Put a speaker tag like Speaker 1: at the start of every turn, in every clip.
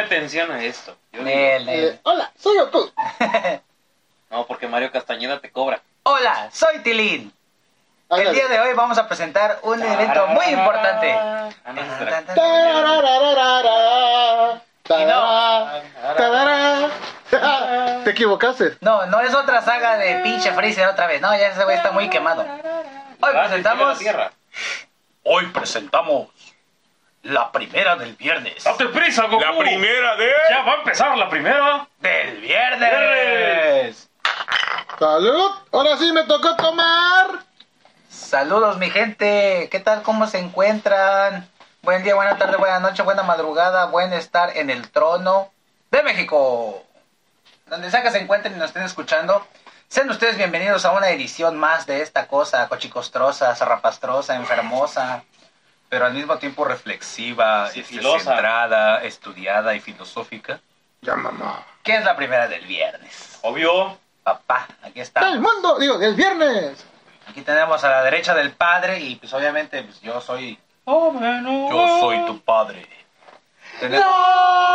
Speaker 1: atención a esto. Yo digo,
Speaker 2: Nel,
Speaker 3: Eh,
Speaker 2: Nel.
Speaker 3: hola, soy Goku.
Speaker 1: no, porque Mario Castañeda te cobra.
Speaker 2: Hola, soy Tilín. El
Speaker 3: Ándale.
Speaker 2: día de hoy vamos a presentar un evento muy importante.
Speaker 1: Ah, no, espera.
Speaker 3: Tararararara, tarara, tarara. Te equivocaste.
Speaker 2: No, no es otra saga de pinche Freezer otra vez. No, ya ese güey está muy quemado. Hoy
Speaker 1: Ah,
Speaker 2: presentamos.
Speaker 1: la tierra.
Speaker 2: Hoy presentamos la primera del viernes.
Speaker 1: ¡Date prisa, Goku!
Speaker 4: La primera de...
Speaker 1: ¡Ya va a empezar la primera!
Speaker 2: ¡Del
Speaker 1: Viernes.
Speaker 2: viernes!
Speaker 3: Salud. Ahora sí me tocó tomar.
Speaker 2: Saludos, mi gente. ¿Qué tal? ¿Cómo se encuentran? Buen día, buena tarde, buena noche, buena madrugada, buen estar en el trono de México. Donde sea que se encuentren y nos estén escuchando, sean ustedes bienvenidos a una edición más de esta cosa cochicostrosa, zarrapastrosa, enfermosa, pero al mismo tiempo reflexiva, este,
Speaker 1: Sigilosa.
Speaker 2: centrada, estudiada y filosófica.
Speaker 3: Ya mamá.
Speaker 2: ¿Qué es la primera del viernes?
Speaker 1: Obvio.
Speaker 2: Papá, aquí
Speaker 3: El
Speaker 2: estamos.
Speaker 3: mundo, digo, el viernes.
Speaker 2: Aquí tenemos a la derecha del padre y pues obviamente pues, yo soy
Speaker 1: Oh, bueno.
Speaker 2: padre.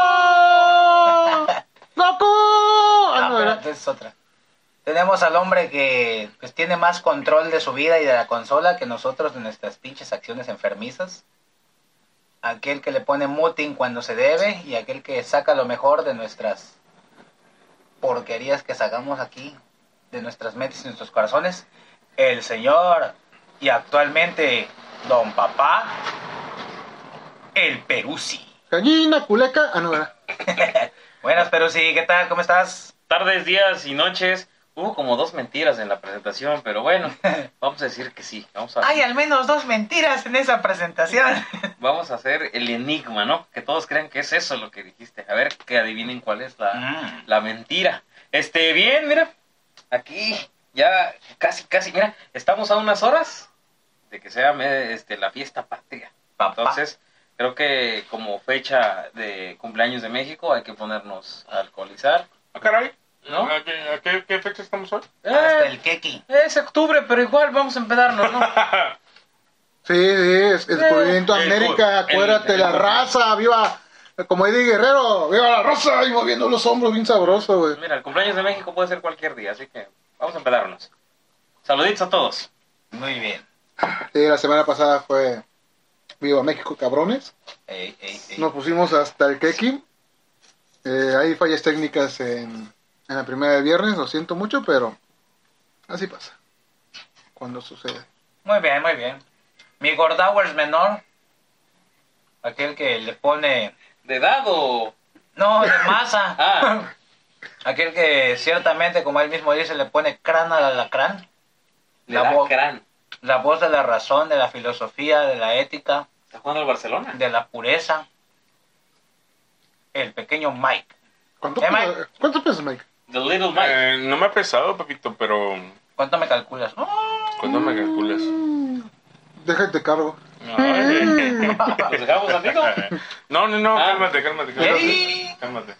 Speaker 3: ¡No! ¡Goku! Ah, no, ¿verdad?
Speaker 2: es otra. Tenemos al hombre que pues, tiene más control de su vida y de la consola que nosotros de nuestras pinches acciones enfermizas. Aquel que le pone muting cuando se debe y aquel que saca lo mejor de nuestras porquerías que sacamos aquí, de nuestras mentes y nuestros corazones. El señor y actualmente don papá, el Perusi.
Speaker 3: Gallina, culeca. Ah, no, ¿verdad?
Speaker 2: Buenas Perusi, ¿qué tal? ¿Cómo estás?
Speaker 1: Tardes, días y noches. Hubo como dos mentiras en la presentación, pero bueno, vamos a decir que sí. Vamos a,
Speaker 2: Hay al menos dos mentiras en esa presentación.
Speaker 1: vamos a hacer el enigma, ¿no? Que todos crean que es eso lo que dijiste. A ver, que adivinen cuál es la,
Speaker 2: Mm.
Speaker 1: la mentira. Este, bien, mira, aquí ya casi, casi, mira, estamos a unas horas de que sea me- este, la fiesta patria.
Speaker 2: Papá.
Speaker 1: Entonces, creo que como fecha de cumpleaños de México hay que ponernos a alcoholizar,
Speaker 4: Ah, caray.
Speaker 1: ¿no?
Speaker 4: ¿A qué, a qué- qué fecha estamos hoy?
Speaker 2: Hasta
Speaker 1: Eh,
Speaker 2: el keki.
Speaker 1: es octubre, pero igual vamos a empedarnos, ¿no?
Speaker 3: Sí, sí, es el descubrimiento de
Speaker 1: el-
Speaker 3: América,
Speaker 1: el-
Speaker 3: acuérdate,
Speaker 1: el-
Speaker 3: la raza, viva, como Eddie Guerrero, viva la raza, y moviendo los hombros bien sabroso, güey.
Speaker 1: Pues Mira, el cumpleaños de México puede ser cualquier día, así que vamos a empedarnos. Saluditos a todos.
Speaker 2: Muy bien.
Speaker 3: Sí, la semana pasada fue Viva México, cabrones.
Speaker 2: Ey, ey, ey.
Speaker 3: Nos pusimos hasta el Keki. Eh, hay fallas técnicas en, en la primera de viernes, lo siento mucho, pero así pasa cuando sucede.
Speaker 2: Muy bien, muy bien. Mi Gordowers menor. Aquel que le pone.
Speaker 1: De dado.
Speaker 2: No, de masa.
Speaker 1: Ah.
Speaker 2: Aquel que ciertamente, como él mismo dice, le pone crán al alacrán.
Speaker 1: De
Speaker 2: La bo-
Speaker 1: Lacrán.
Speaker 2: La voz de la razón, de la filosofía, de la ética,
Speaker 1: Está jugando al Barcelona.
Speaker 2: de la pureza. El pequeño Mike.
Speaker 3: ¿Cuánto,
Speaker 2: Eh,
Speaker 3: pesa-
Speaker 2: Mike.
Speaker 3: ¿cuánto pesa, Mike?
Speaker 1: The Little Mike.
Speaker 4: Eh, no me ha pesado, papito, pero...
Speaker 2: ¿Cuánto me calculas?
Speaker 4: ¿Cuándo me calculas?
Speaker 2: Mm.
Speaker 3: Déjate cargo.
Speaker 4: Ay.
Speaker 1: ¿Los dejamos, amigo?
Speaker 4: No, no, no,
Speaker 1: Ah.
Speaker 4: cálmate, cálmate,
Speaker 2: Ey.
Speaker 4: cálmate, cálmate.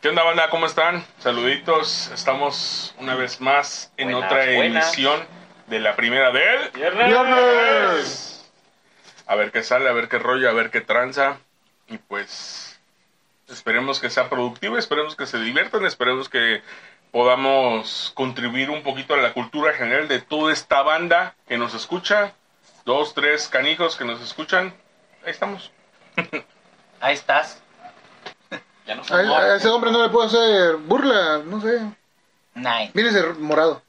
Speaker 4: ¿Qué onda, banda? ¿Cómo están? Saluditos. Estamos una vez más en
Speaker 1: Buenas,
Speaker 4: otra
Speaker 1: buenas.
Speaker 4: emisión de la primera del...
Speaker 1: Viernes.
Speaker 3: Viernes.
Speaker 4: A ver qué sale, a ver qué rollo, a ver qué tranza. Y pues esperemos que sea productivo, esperemos que se diviertan, esperemos que podamos contribuir un poquito a la cultura general de toda esta banda que nos escucha. Dos, tres canijos que nos escuchan. Ahí estamos.
Speaker 2: Ahí estás.
Speaker 1: Ya no
Speaker 3: A, él- a
Speaker 1: somos.
Speaker 3: ese hombre no le puedo hacer burla, no sé.
Speaker 2: Nine.
Speaker 3: Mire ese morado,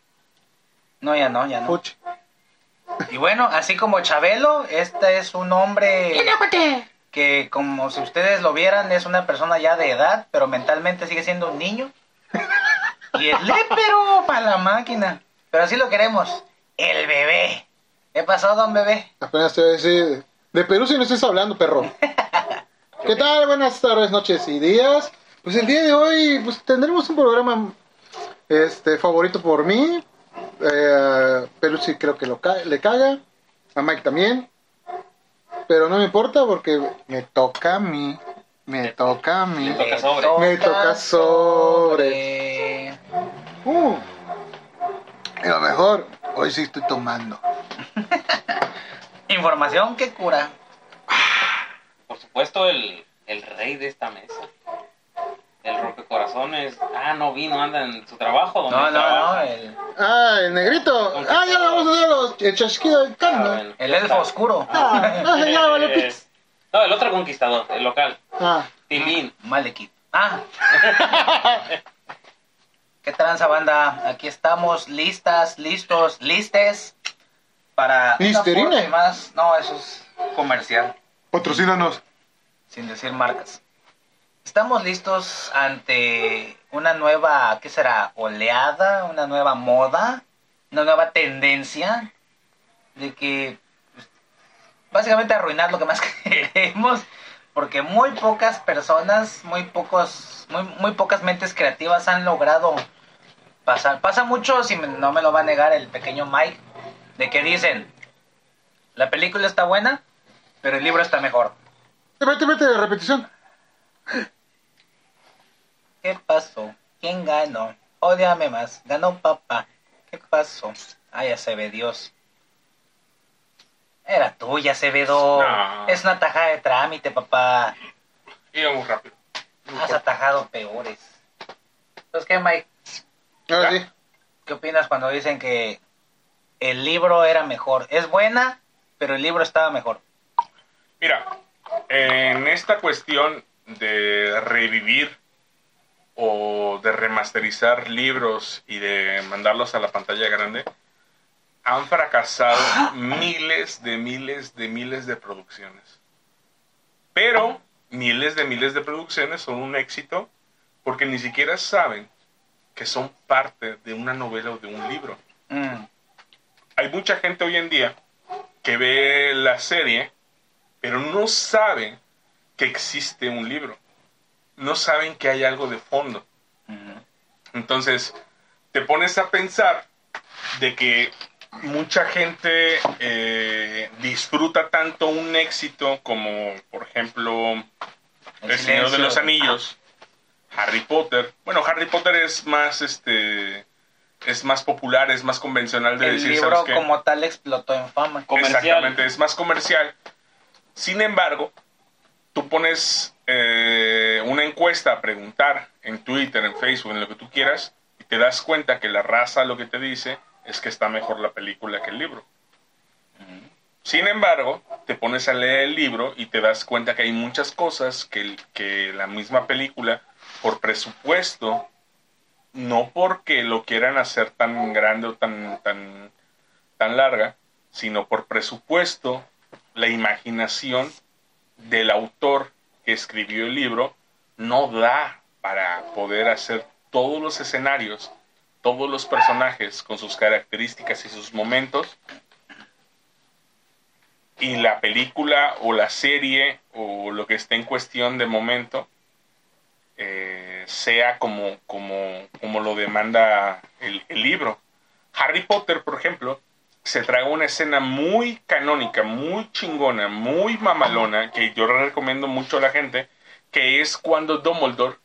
Speaker 2: No, ya no, ya no.
Speaker 3: poche.
Speaker 2: Y bueno, así como Chabelo, este es un hombre que como si ustedes lo vieran es una persona ya de edad, pero mentalmente sigue siendo un niño. Y es lépero para la máquina. Pero así lo queremos. El bebé. ¿Qué pasó, don bebé?
Speaker 3: Apenas te voy a decir, de Perú si no estás hablando, perro. ¿Qué tal? Buenas tardes, noches y días. Pues el día de hoy pues, tendremos un programa este favorito por mí. Eh, Perú sí creo que lo ca- le caga. A Mike también. Pero no me importa porque me toca a mí. Me toca a mí.
Speaker 1: Me toca sobre.
Speaker 3: Me toca sobre.
Speaker 2: sobre.
Speaker 3: Uh, y lo mejor, hoy sí estoy tomando.
Speaker 2: Información que cura.
Speaker 1: Por supuesto, el, el rey de esta mesa. calzones. Ah, no vino, anda en su trabajo. Donde
Speaker 2: No, no,
Speaker 1: trabaja.
Speaker 2: no, eh. el,
Speaker 3: Ah, el negrito. Ah, ya le vamos a dar los, el chasquido del
Speaker 1: Ah,
Speaker 3: cano.
Speaker 1: bueno.
Speaker 2: el elfo oscuro.
Speaker 3: Ah, no,
Speaker 1: Eh,
Speaker 3: ya vale pues. pito.
Speaker 1: no, el otro conquistador, el local.
Speaker 3: Ah,
Speaker 1: Tilín.
Speaker 2: Malekith. Ah. ¿Qué tranza, banda? Aquí estamos listas, listos, listes para... una
Speaker 3: Listerine.
Speaker 2: porra y Más. No, eso es comercial,
Speaker 3: patrocínanos.
Speaker 2: sin decir marcas. Estamos listos ante una nueva, ¿qué será? Oleada, una nueva moda, una nueva tendencia de que pues, básicamente arruinar lo que más queremos porque muy pocas personas, muy pocos, muy, muy pocas mentes creativas han logrado pasar. Pasa mucho, si me- no me lo va a negar el pequeño Mike, de que dicen, la película está buena, pero el libro está mejor.
Speaker 3: Vete, vete de repetición.
Speaker 2: ¿Qué pasó? ¿Quién ganó? Odiame más, ganó papá. ¿Qué pasó? Ah, ya se ve Dios. Era tuya, Acevedo.
Speaker 4: No.
Speaker 2: Es una tajada de trámite, papá.
Speaker 4: Íbamos rápido. Muy
Speaker 2: Has
Speaker 4: fuerte.
Speaker 2: atajado peores. Entonces, ¿qué, Mike?
Speaker 3: Ahora
Speaker 4: Ya.
Speaker 3: Ah, sí.
Speaker 2: ¿Qué opinas cuando dicen que el libro era mejor? Es buena, pero el libro estaba mejor.
Speaker 4: Mira, en esta cuestión de revivir o de remasterizar libros y de mandarlos a la pantalla grande, han fracasado miles de miles de miles de producciones. Pero miles de miles de producciones son un éxito porque ni siquiera saben que son parte de una novela o de un libro
Speaker 2: Mm,
Speaker 4: hay mucha gente hoy en día que ve la serie, pero no sabe que existe un libro. No saben que hay algo de fondo.
Speaker 2: mm.
Speaker 4: Entonces, te pones a pensar de que mucha gente eh, disfruta tanto un éxito como, por ejemplo, el, Señor de
Speaker 2: silencio.
Speaker 4: los Anillos, Harry Potter. Bueno, Harry Potter es más este es más popular, es más convencional de
Speaker 2: Ah, El
Speaker 4: decir,
Speaker 2: libro
Speaker 4: ¿sabes qué?
Speaker 2: como tal explotó en fama.
Speaker 1: Comercial.
Speaker 4: Exactamente, es más comercial. Sin embargo, tú pones eh, una encuesta a preguntar en Twitter, en Facebook, en lo que tú quieras, y te das cuenta que la raza lo que te dice es que está mejor la película que el libro. Sin embargo, te pones a leer el libro y te das cuenta que hay muchas cosas que, el- que la misma película, por presupuesto, no porque lo quieran hacer tan grande o tan, tan, tan larga, sino por presupuesto, la imaginación del autor que escribió el libro no da para poder hacer todos los escenarios, todos los personajes con sus características y sus momentos. Y la película o la serie o lo que esté en cuestión de momento eh, sea como, como, como lo demanda el- el libro. Harry Potter, por ejemplo, se trae una escena muy canónica, muy chingona, muy mamalona, que yo le recomiendo mucho a la gente, que es cuando Dumbledore,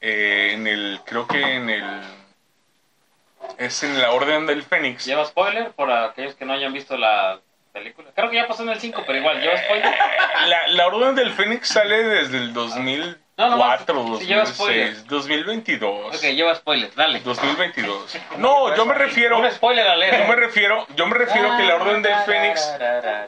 Speaker 4: eh, en el, creo que en el, es en la Orden del Fénix.
Speaker 1: Lleva spoiler para aquellos que no hayan visto la película. Creo que ya pasó en el 5, pero igual, lleva spoiler.
Speaker 4: La, la Orden del Fénix sale desde el 2004,
Speaker 1: No, no, sí, lleva
Speaker 4: 2006, 2022.
Speaker 1: Ok, lleva spoiler, dale.
Speaker 4: 2022. No, yo me refiero,
Speaker 1: Un spoiler a leer.
Speaker 4: yo me refiero, yo me
Speaker 3: Ah,
Speaker 4: refiero que la Orden del Fénix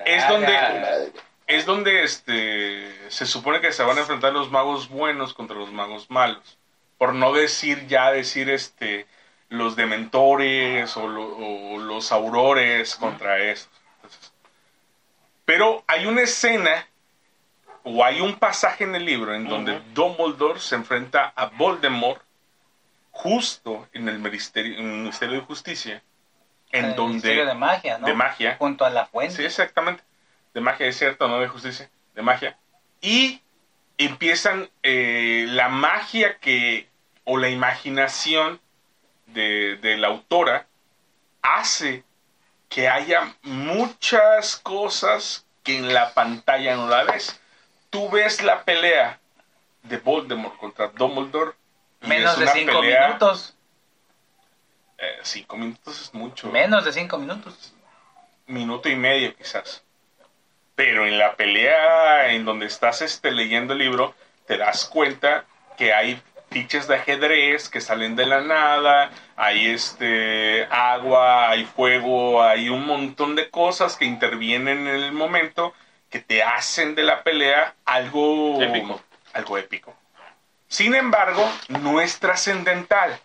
Speaker 4: es donde- es donde este se supone que se van a enfrentar los magos buenos contra los magos malos. Por no decir ya decir este los dementores o, lo- o los aurores contra esos. Entonces, pero hay una escena o hay un pasaje en el libro en donde
Speaker 1: Ujú.
Speaker 4: Dumbledore se enfrenta a Voldemort justo en el ministerio, en el Ministerio de Justicia en
Speaker 2: Ah, El
Speaker 4: donde
Speaker 2: Ministerio de magia, ¿no?
Speaker 4: de magia.
Speaker 2: Junto a la fuente.
Speaker 4: Sí, exactamente. De magia, es cierto, no de justicia, de magia. Y empiezan eh, la magia que, o la imaginación de, de la autora, hace que haya muchas cosas que en la pantalla no la ves. Tú ves la pelea de Voldemort contra Dumbledore. y
Speaker 2: Menos
Speaker 4: es
Speaker 2: de
Speaker 4: una
Speaker 2: cinco
Speaker 4: pelea-
Speaker 2: minutos.
Speaker 4: eh, cinco minutos es mucho
Speaker 2: Menos de cinco minutos.
Speaker 4: minuto y medio quizás. Pero en la pelea en donde estás este, leyendo el libro, te das cuenta que hay fichas de ajedrez que salen de la nada, hay este agua, hay fuego, hay un montón de cosas que intervienen en el momento que te hacen de la pelea algo
Speaker 1: Épico.
Speaker 4: Algo épico. Sin embargo, no es trascendental,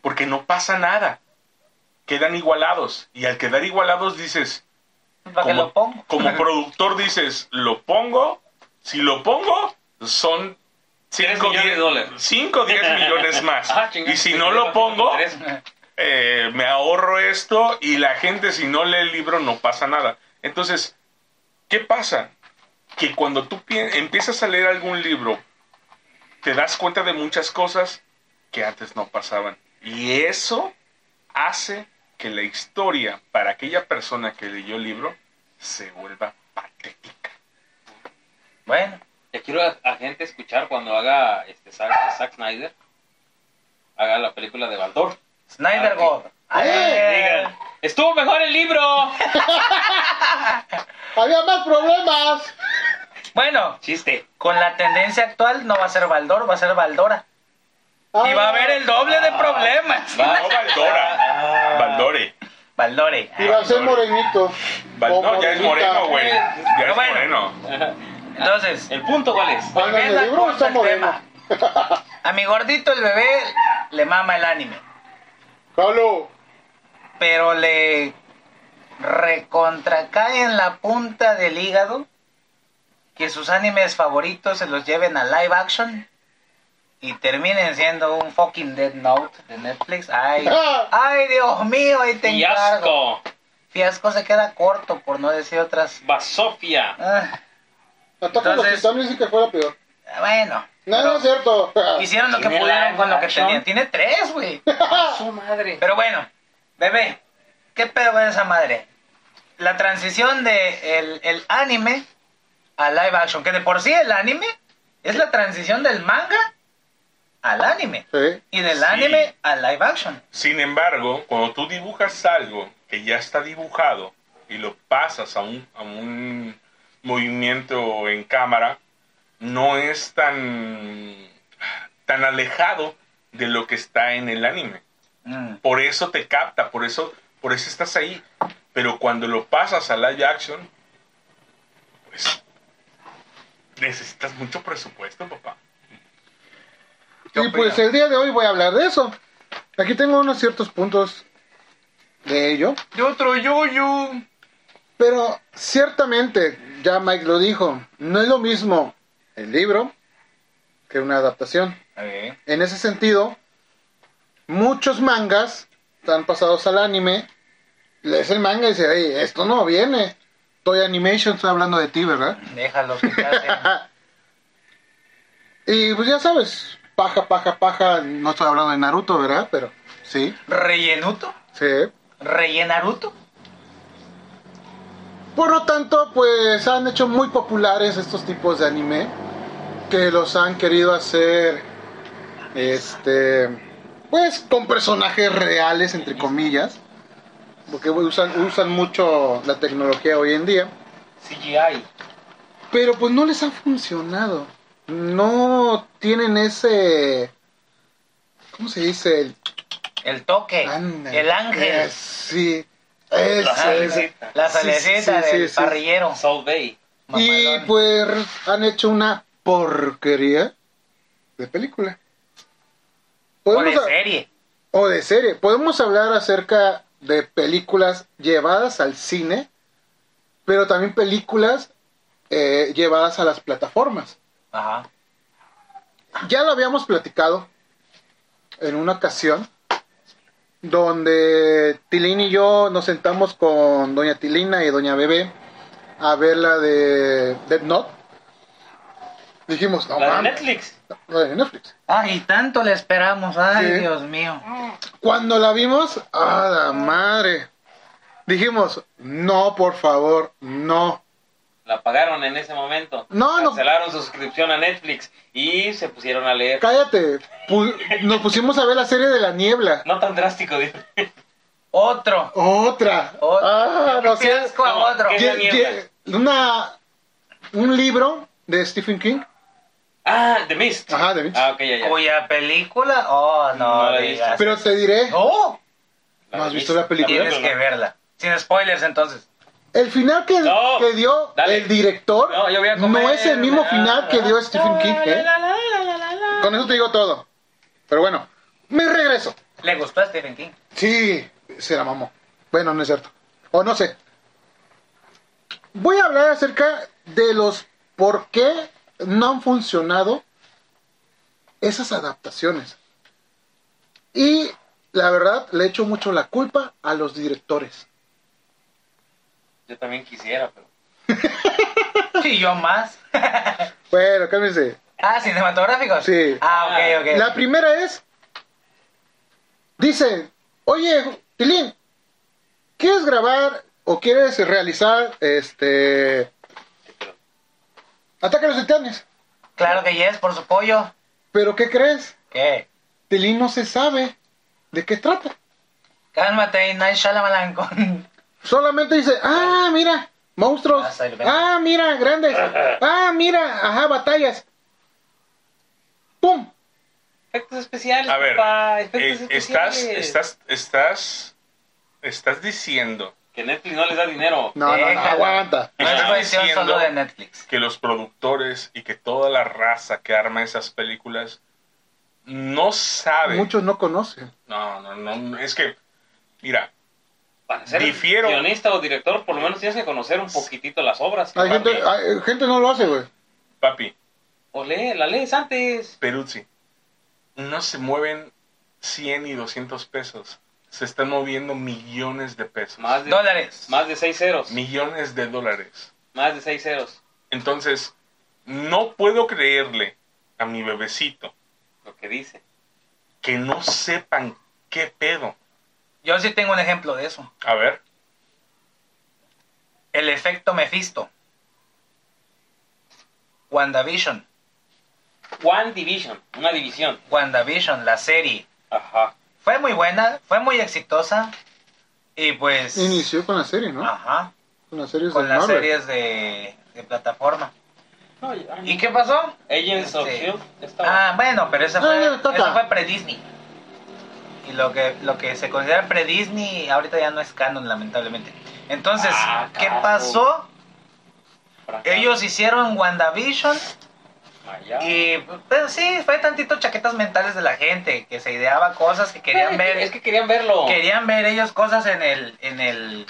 Speaker 4: porque no pasa nada. Quedan igualados y al quedar igualados dices,
Speaker 2: ¿Para qué lo pongo?
Speaker 4: como productor dices, lo pongo, si lo pongo, son
Speaker 1: Tres
Speaker 4: 5
Speaker 1: millones de dólares.
Speaker 4: 5 10 millones más.
Speaker 1: Ah, chingada,
Speaker 4: y si
Speaker 1: pues,
Speaker 4: no
Speaker 1: yo
Speaker 4: lo pongo,
Speaker 1: tres.
Speaker 4: eh, me ahorro esto y la gente si no lee el libro no pasa nada. Entonces, ¿qué pasa? Que cuando tú pi- empiezas a leer algún libro, te das cuenta de muchas cosas que antes no pasaban. Y eso hace que la historia para aquella persona que leyó el libro se vuelva patética.
Speaker 2: Bueno,
Speaker 1: Te quiero a, a gente escuchar cuando haga este Zack, Zack Snyder, haga la película de Baldor.
Speaker 2: Snyder eh,
Speaker 1: Ah, sí.
Speaker 2: God.
Speaker 4: Eh,
Speaker 2: Ay,
Speaker 3: Eh.
Speaker 1: Digan, estuvo mejor el libro.
Speaker 3: Había más problemas.
Speaker 2: Bueno,
Speaker 1: Chiste.
Speaker 2: con la tendencia actual no va a ser Baldor, va a ser Baldora. Y
Speaker 3: Ah,
Speaker 2: va a haber el doble de problemas.
Speaker 1: Va.
Speaker 4: No Valdora, Valdore.
Speaker 2: Baldore.
Speaker 3: Y va a ser morenito.
Speaker 4: Val-
Speaker 3: O
Speaker 4: no, ya es
Speaker 3: morenita.
Speaker 4: moreno, güey. Ya
Speaker 2: Pero
Speaker 4: es
Speaker 2: bueno.
Speaker 4: moreno.
Speaker 2: Entonces,
Speaker 1: ¿El punto cuál es?
Speaker 3: Hablan de
Speaker 2: volviendo al
Speaker 3: libro,
Speaker 2: punto
Speaker 3: está
Speaker 2: del
Speaker 3: moreno.
Speaker 2: tema. A mi gordito el bebé le mama el anime,
Speaker 3: Pablo,
Speaker 2: pero le recontra cae en la punta del hígado que sus animes favoritos se los lleven a live action y terminen siendo un fucking Dead Note de Netflix. Ay, ay Dios mío, ahí te encargo.
Speaker 1: Fiasco.
Speaker 2: Fiasco se queda corto, por no decir otras.
Speaker 1: Basofia.
Speaker 2: Ah,
Speaker 3: ataca a los
Speaker 2: Entonces-
Speaker 3: titanes y que fue la peor.
Speaker 2: bueno.
Speaker 3: No, no es cierto.
Speaker 2: Hicieron lo que
Speaker 1: ¿Tiene
Speaker 2: pudieron
Speaker 1: live
Speaker 2: con lo que
Speaker 1: action?
Speaker 2: tenían. Tiene tres, güey.
Speaker 1: Su madre.
Speaker 2: Pero bueno, bebé, ¿qué pedo con esa madre? La transición de el, el anime a live action, que de por sí el anime es la transición del manga al anime.
Speaker 3: Sí.
Speaker 2: Y del
Speaker 4: Sí.
Speaker 2: anime al live action.
Speaker 4: Sin embargo, cuando tú dibujas algo que ya está dibujado y lo pasas a un, a un movimiento en cámara, no es tan, tan alejado de lo que está en el anime.
Speaker 2: Mm.
Speaker 4: Por eso te capta, por eso, por eso estás ahí. Pero cuando lo pasas a live action, pues necesitas mucho presupuesto, papá. ¿Qué
Speaker 3: Y pues
Speaker 4: opinas?
Speaker 3: el día de hoy voy a hablar de eso. Aquí tengo unos ciertos puntos de ello.
Speaker 2: De otro yuyu.
Speaker 3: Pero ciertamente, ya Mike lo dijo, no es lo mismo el libro que una adaptación. En ese sentido, muchos mangas están pasados al anime. Lees el manga y dices, "Ey, esto no viene. Toy Animation, estoy hablando de ti, ¿verdad?
Speaker 2: Déjalo que te hacen.
Speaker 3: y pues ya sabes, paja, paja, paja. No estoy hablando de Naruto, ¿verdad? Pero sí,
Speaker 2: ¿Rellenuto?
Speaker 3: sí.
Speaker 2: ¿Rellenaruto?
Speaker 3: Por lo tanto, pues han hecho muy populares estos tipos de anime que los han querido hacer este pues con personajes reales entre comillas, porque usan usan mucho la tecnología hoy en día,
Speaker 1: CGI.
Speaker 3: pero pues no les ha funcionado. No tienen ese ¿cómo se dice? El,
Speaker 2: El toque.
Speaker 3: ándale.
Speaker 2: Eh, el ángel.
Speaker 3: Eh, Sí. Ese,
Speaker 1: La
Speaker 3: ese.
Speaker 1: salecita.
Speaker 2: La
Speaker 3: Sí, sí,
Speaker 2: salecita
Speaker 3: sí,
Speaker 2: del
Speaker 3: sí, sí.
Speaker 2: parrillero.
Speaker 1: Soul Bay.
Speaker 3: Y
Speaker 2: Mamalón.
Speaker 3: pues han hecho una porquería de película.
Speaker 2: O de
Speaker 3: Podemos ha-
Speaker 2: serie.
Speaker 3: o de serie. Podemos hablar acerca de películas llevadas al cine, pero también películas eh, llevadas a las plataformas.
Speaker 2: Ajá.
Speaker 3: Ya lo habíamos platicado en una ocasión donde Tilín y yo nos sentamos con Doña Tilina y Doña Bebé a ver la de Dead Note. Dijimos, no
Speaker 1: La de
Speaker 3: mames,
Speaker 1: Netflix.
Speaker 3: la de Netflix.
Speaker 2: Ay, tanto le esperamos, ay,
Speaker 3: Sí.
Speaker 2: Dios mío.
Speaker 3: Cuando la vimos, a la madre. Dijimos, no, por favor, no.
Speaker 1: La pagaron en ese momento.
Speaker 3: No, no.
Speaker 1: Cancelaron suscripción a Netflix y se pusieron a leer.
Speaker 3: Cállate. Pu- nos pusimos a ver la serie de la niebla.
Speaker 1: No tan drástico, dice.
Speaker 2: Otro.
Speaker 3: Otra.
Speaker 2: Otro.
Speaker 3: Ah, no sé.
Speaker 2: Fiasco a
Speaker 1: no,
Speaker 2: otro.
Speaker 1: ¿qué?
Speaker 3: Ye-
Speaker 1: niebla.
Speaker 3: ye- una un libro de Stephen King
Speaker 1: Ah, The Mist.
Speaker 3: Ajá, The Mist.
Speaker 1: Ah, ok, ya, ya.
Speaker 2: Cuya película, oh,
Speaker 1: No
Speaker 2: no,
Speaker 1: la he
Speaker 2: digas.
Speaker 1: visto.
Speaker 3: Pero te diré,
Speaker 2: No,
Speaker 1: La
Speaker 3: ¿No has
Speaker 1: The
Speaker 3: visto
Speaker 1: Mist.
Speaker 3: la película?
Speaker 1: La
Speaker 2: tienes que verla. Sin spoilers, entonces.
Speaker 3: el final que,
Speaker 1: No.
Speaker 3: que dio
Speaker 1: Dale.
Speaker 3: el director
Speaker 1: No, yo voy a
Speaker 3: no,
Speaker 1: comer.
Speaker 3: es el mismo final que dio Stephen King. ¿eh? Con eso te digo todo. Pero bueno, me regreso.
Speaker 2: ¿Le gustó a Stephen King?
Speaker 3: Sí, se la mamó. Bueno, no es cierto. O no sé. Voy a hablar acerca de los por qué no han funcionado esas adaptaciones. Y la verdad, le echo mucho la culpa a los directores.
Speaker 1: Yo también quisiera, pero.
Speaker 2: Sí, yo más.
Speaker 3: Bueno, cálmense.
Speaker 2: Ah, cinematográficos.
Speaker 3: Sí.
Speaker 2: Ah, ok, ok.
Speaker 3: La primera es. Dicen, oye, Tilín, ¿quieres grabar o quieres realizar este. Ataque a los titanes?
Speaker 2: Claro que yes, por su pollo.
Speaker 3: ¿Pero qué crees?
Speaker 2: ¿Qué?
Speaker 3: Tilín no se sabe de qué trata.
Speaker 2: Cálmate, Night Shyamalan con...
Speaker 3: Solamente dice, ah, mira, monstruos.
Speaker 2: Ah, Silent Hill.
Speaker 3: Ah, mira, grandes. Ah, mira, ajá, batallas. ¡Pum!
Speaker 1: Efectos especiales,
Speaker 4: A ver,
Speaker 1: papá.
Speaker 4: eh,
Speaker 1: Efectos
Speaker 4: estás,
Speaker 1: especiales.
Speaker 4: estás, estás, estás diciendo
Speaker 1: Que Netflix no les da dinero.
Speaker 3: No, no, no,
Speaker 2: Déjala.
Speaker 3: aguanta.
Speaker 2: No es
Speaker 4: Estás
Speaker 2: cuestión
Speaker 4: diciendo-
Speaker 2: solo de Netflix.
Speaker 4: que los productores y que toda la raza que arma esas películas no sabe.
Speaker 3: Muchos no conocen.
Speaker 4: No, no, no, es que, mira,
Speaker 1: Para ser
Speaker 4: Difiero.
Speaker 1: guionista o director, por lo menos tienes que conocer un poquitito las obras.
Speaker 3: Hay gente,
Speaker 1: Papi,
Speaker 3: hay gente no lo hace, güey.
Speaker 4: papi,
Speaker 1: O lee, la lees antes.
Speaker 4: Peruzzi, no se mueven 100 y 200 pesos. Se están moviendo millones de pesos.
Speaker 1: Más de,
Speaker 2: Dólares.
Speaker 1: más de seis ceros.
Speaker 4: Millones de dólares.
Speaker 1: Más de seis ceros.
Speaker 4: Entonces, no puedo creerle a mi bebecito
Speaker 1: Lo que dice.
Speaker 4: que no sepan qué pedo.
Speaker 2: Yo sí tengo un ejemplo de eso.
Speaker 4: A ver,
Speaker 2: El efecto Mephisto. WandaVision.
Speaker 1: One Division. Una división.
Speaker 2: WandaVision, la serie.
Speaker 1: Ajá.
Speaker 2: Fue muy buena, fue muy exitosa. Y pues...
Speaker 3: Inició con la serie, ¿no?
Speaker 2: Ajá.
Speaker 3: Con las series
Speaker 2: Con
Speaker 3: de
Speaker 2: las
Speaker 3: Marvel.
Speaker 2: series de, de plataforma.
Speaker 1: No, ya-
Speaker 2: ¿Y qué pasó?
Speaker 1: Agents of
Speaker 2: Este,
Speaker 1: Shield. E Estaba.
Speaker 2: Ah, bueno, pero esa
Speaker 3: No,
Speaker 2: fue,
Speaker 3: no, no, toca.
Speaker 2: esa fue pre-Disney. Y lo que, lo que se considera pre-Disney ahorita ya no es canon, lamentablemente. Entonces,
Speaker 1: Ah,
Speaker 2: ¿qué
Speaker 1: carajo.
Speaker 2: pasó?
Speaker 1: para acá.
Speaker 2: Ellos hicieron WandaVision
Speaker 1: Allá.
Speaker 4: eh,
Speaker 2: y pues, sí, fue tantito chaquetas mentales de la gente que se ideaba cosas que
Speaker 1: Eh,
Speaker 2: querían ver.
Speaker 1: Es que querían verlo.
Speaker 2: Querían ver ellos cosas en el, en el,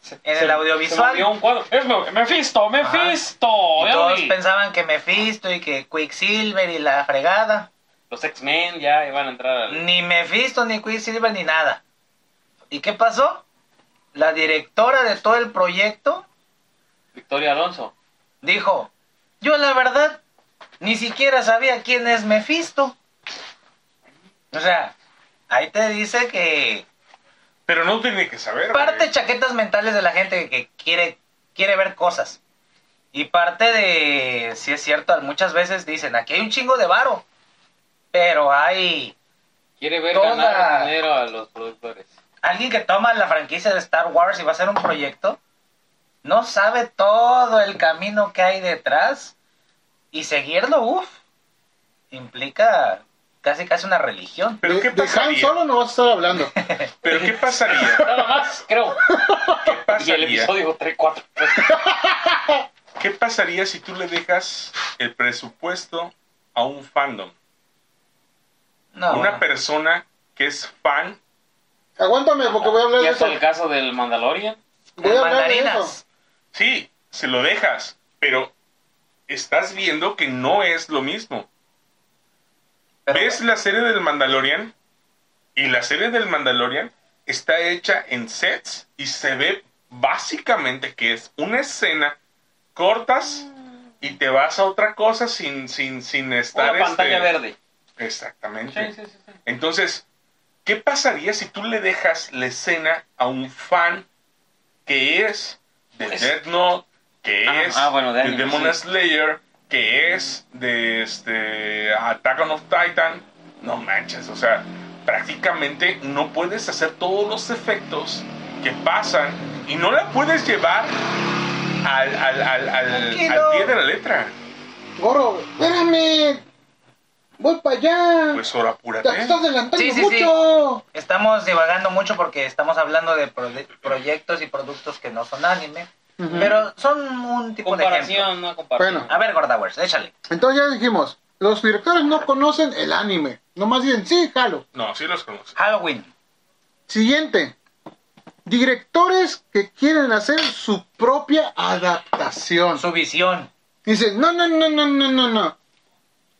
Speaker 1: Se-
Speaker 2: en
Speaker 1: se-
Speaker 2: el
Speaker 1: se movió
Speaker 2: audiovisual.
Speaker 1: un cuadro. Es Me- Mephisto, Mephisto.
Speaker 2: Y
Speaker 1: ya
Speaker 2: todos
Speaker 1: vi.
Speaker 2: pensaban que Mephisto y que Quicksilver y la fregada.
Speaker 1: Los X-Men ya iban a entrar al.
Speaker 2: Ni Mephisto, ni Quicksilver, ni nada. ¿Y qué pasó? La directora de todo el proyecto
Speaker 1: Victoria Alonso.
Speaker 2: dijo, yo la verdad ni siquiera sabía quién es Mephisto. O sea, ahí te dice que
Speaker 4: pero no tiene que saber.
Speaker 2: parte
Speaker 4: güey.
Speaker 2: chaquetas mentales de la gente que quiere, quiere ver cosas. Y parte de, si es cierto, muchas veces dicen, aquí hay un chingo de varo, pero hay
Speaker 1: Quiere ver
Speaker 2: Toda-
Speaker 1: ganar dinero a los productores.
Speaker 2: alguien que toma la franquicia de Star Wars y va a hacer un proyecto, no sabe todo el camino que hay detrás y seguirlo, uff, implica casi casi una religión.
Speaker 4: Pero
Speaker 3: de,
Speaker 4: qué
Speaker 3: de Han
Speaker 4: pasaría.
Speaker 3: Solo no vas a estar hablando.
Speaker 4: Pero qué pasaría.
Speaker 1: Nada más, creo. Y
Speaker 4: ¿Qué
Speaker 1: el
Speaker 4: pasaría?
Speaker 1: episodio 3, 4.
Speaker 4: ¿Qué pasaría si tú le dejas el presupuesto a un fandom?
Speaker 2: No,
Speaker 4: Una
Speaker 2: Ah, bueno.
Speaker 4: persona que es fan.
Speaker 3: Aguántame porque voy a hablar
Speaker 1: Ya
Speaker 3: de
Speaker 1: es
Speaker 3: eso.
Speaker 1: el caso del Mandalorian.
Speaker 3: Voy a hablar de eso.
Speaker 2: mandarinas.
Speaker 4: Sí, se lo dejas, pero estás viendo que no es lo mismo.
Speaker 2: Pero
Speaker 4: ¿Ves la serie del Mandalorian? Y la serie del Mandalorian está hecha en sets y se ve básicamente que es una escena, cortas y te vas a otra cosa sin, sin, sin estar...
Speaker 1: Una
Speaker 4: este-
Speaker 1: pantalla verde.
Speaker 4: Exactamente.
Speaker 1: Sí, sí, sí, sí.
Speaker 4: Entonces, ¿qué pasaría si tú le dejas la escena a un fan que es de
Speaker 1: Pues-
Speaker 4: Death Note, que
Speaker 1: Ah,
Speaker 4: es
Speaker 1: ah, bueno, de
Speaker 4: de,
Speaker 1: anime,
Speaker 4: Demon
Speaker 1: sí.
Speaker 4: Slayer, que es de este Attack on of Titan? No manches, o sea, prácticamente no puedes hacer todos los efectos que pasan y no la puedes llevar al, al, al, al- al
Speaker 2: Tranquilo.
Speaker 4: pie de la letra.
Speaker 3: Gorro, espérame. Voy para allá.
Speaker 4: Pues ahora apúrate.
Speaker 3: Te estás adelantando
Speaker 2: Sí, sí, sí.
Speaker 3: mucho.
Speaker 2: Estamos divagando mucho porque estamos hablando de prode- proyectos y productos que no son anime,
Speaker 3: Ujú.
Speaker 2: pero son un tipo de ejemplo.
Speaker 1: Comparación, no comparación. Ah,
Speaker 3: Bueno.
Speaker 2: A ver, Gordowers, échale.
Speaker 3: Entonces ya dijimos, los directores no conocen el anime. Nomás dicen, sí, jalo.
Speaker 4: No, sí los conozco.
Speaker 2: Halloween.
Speaker 3: Siguiente. Directores que quieren hacer su propia adaptación.
Speaker 2: Su visión.
Speaker 3: Dicen, no, no, no, no, no, no, no.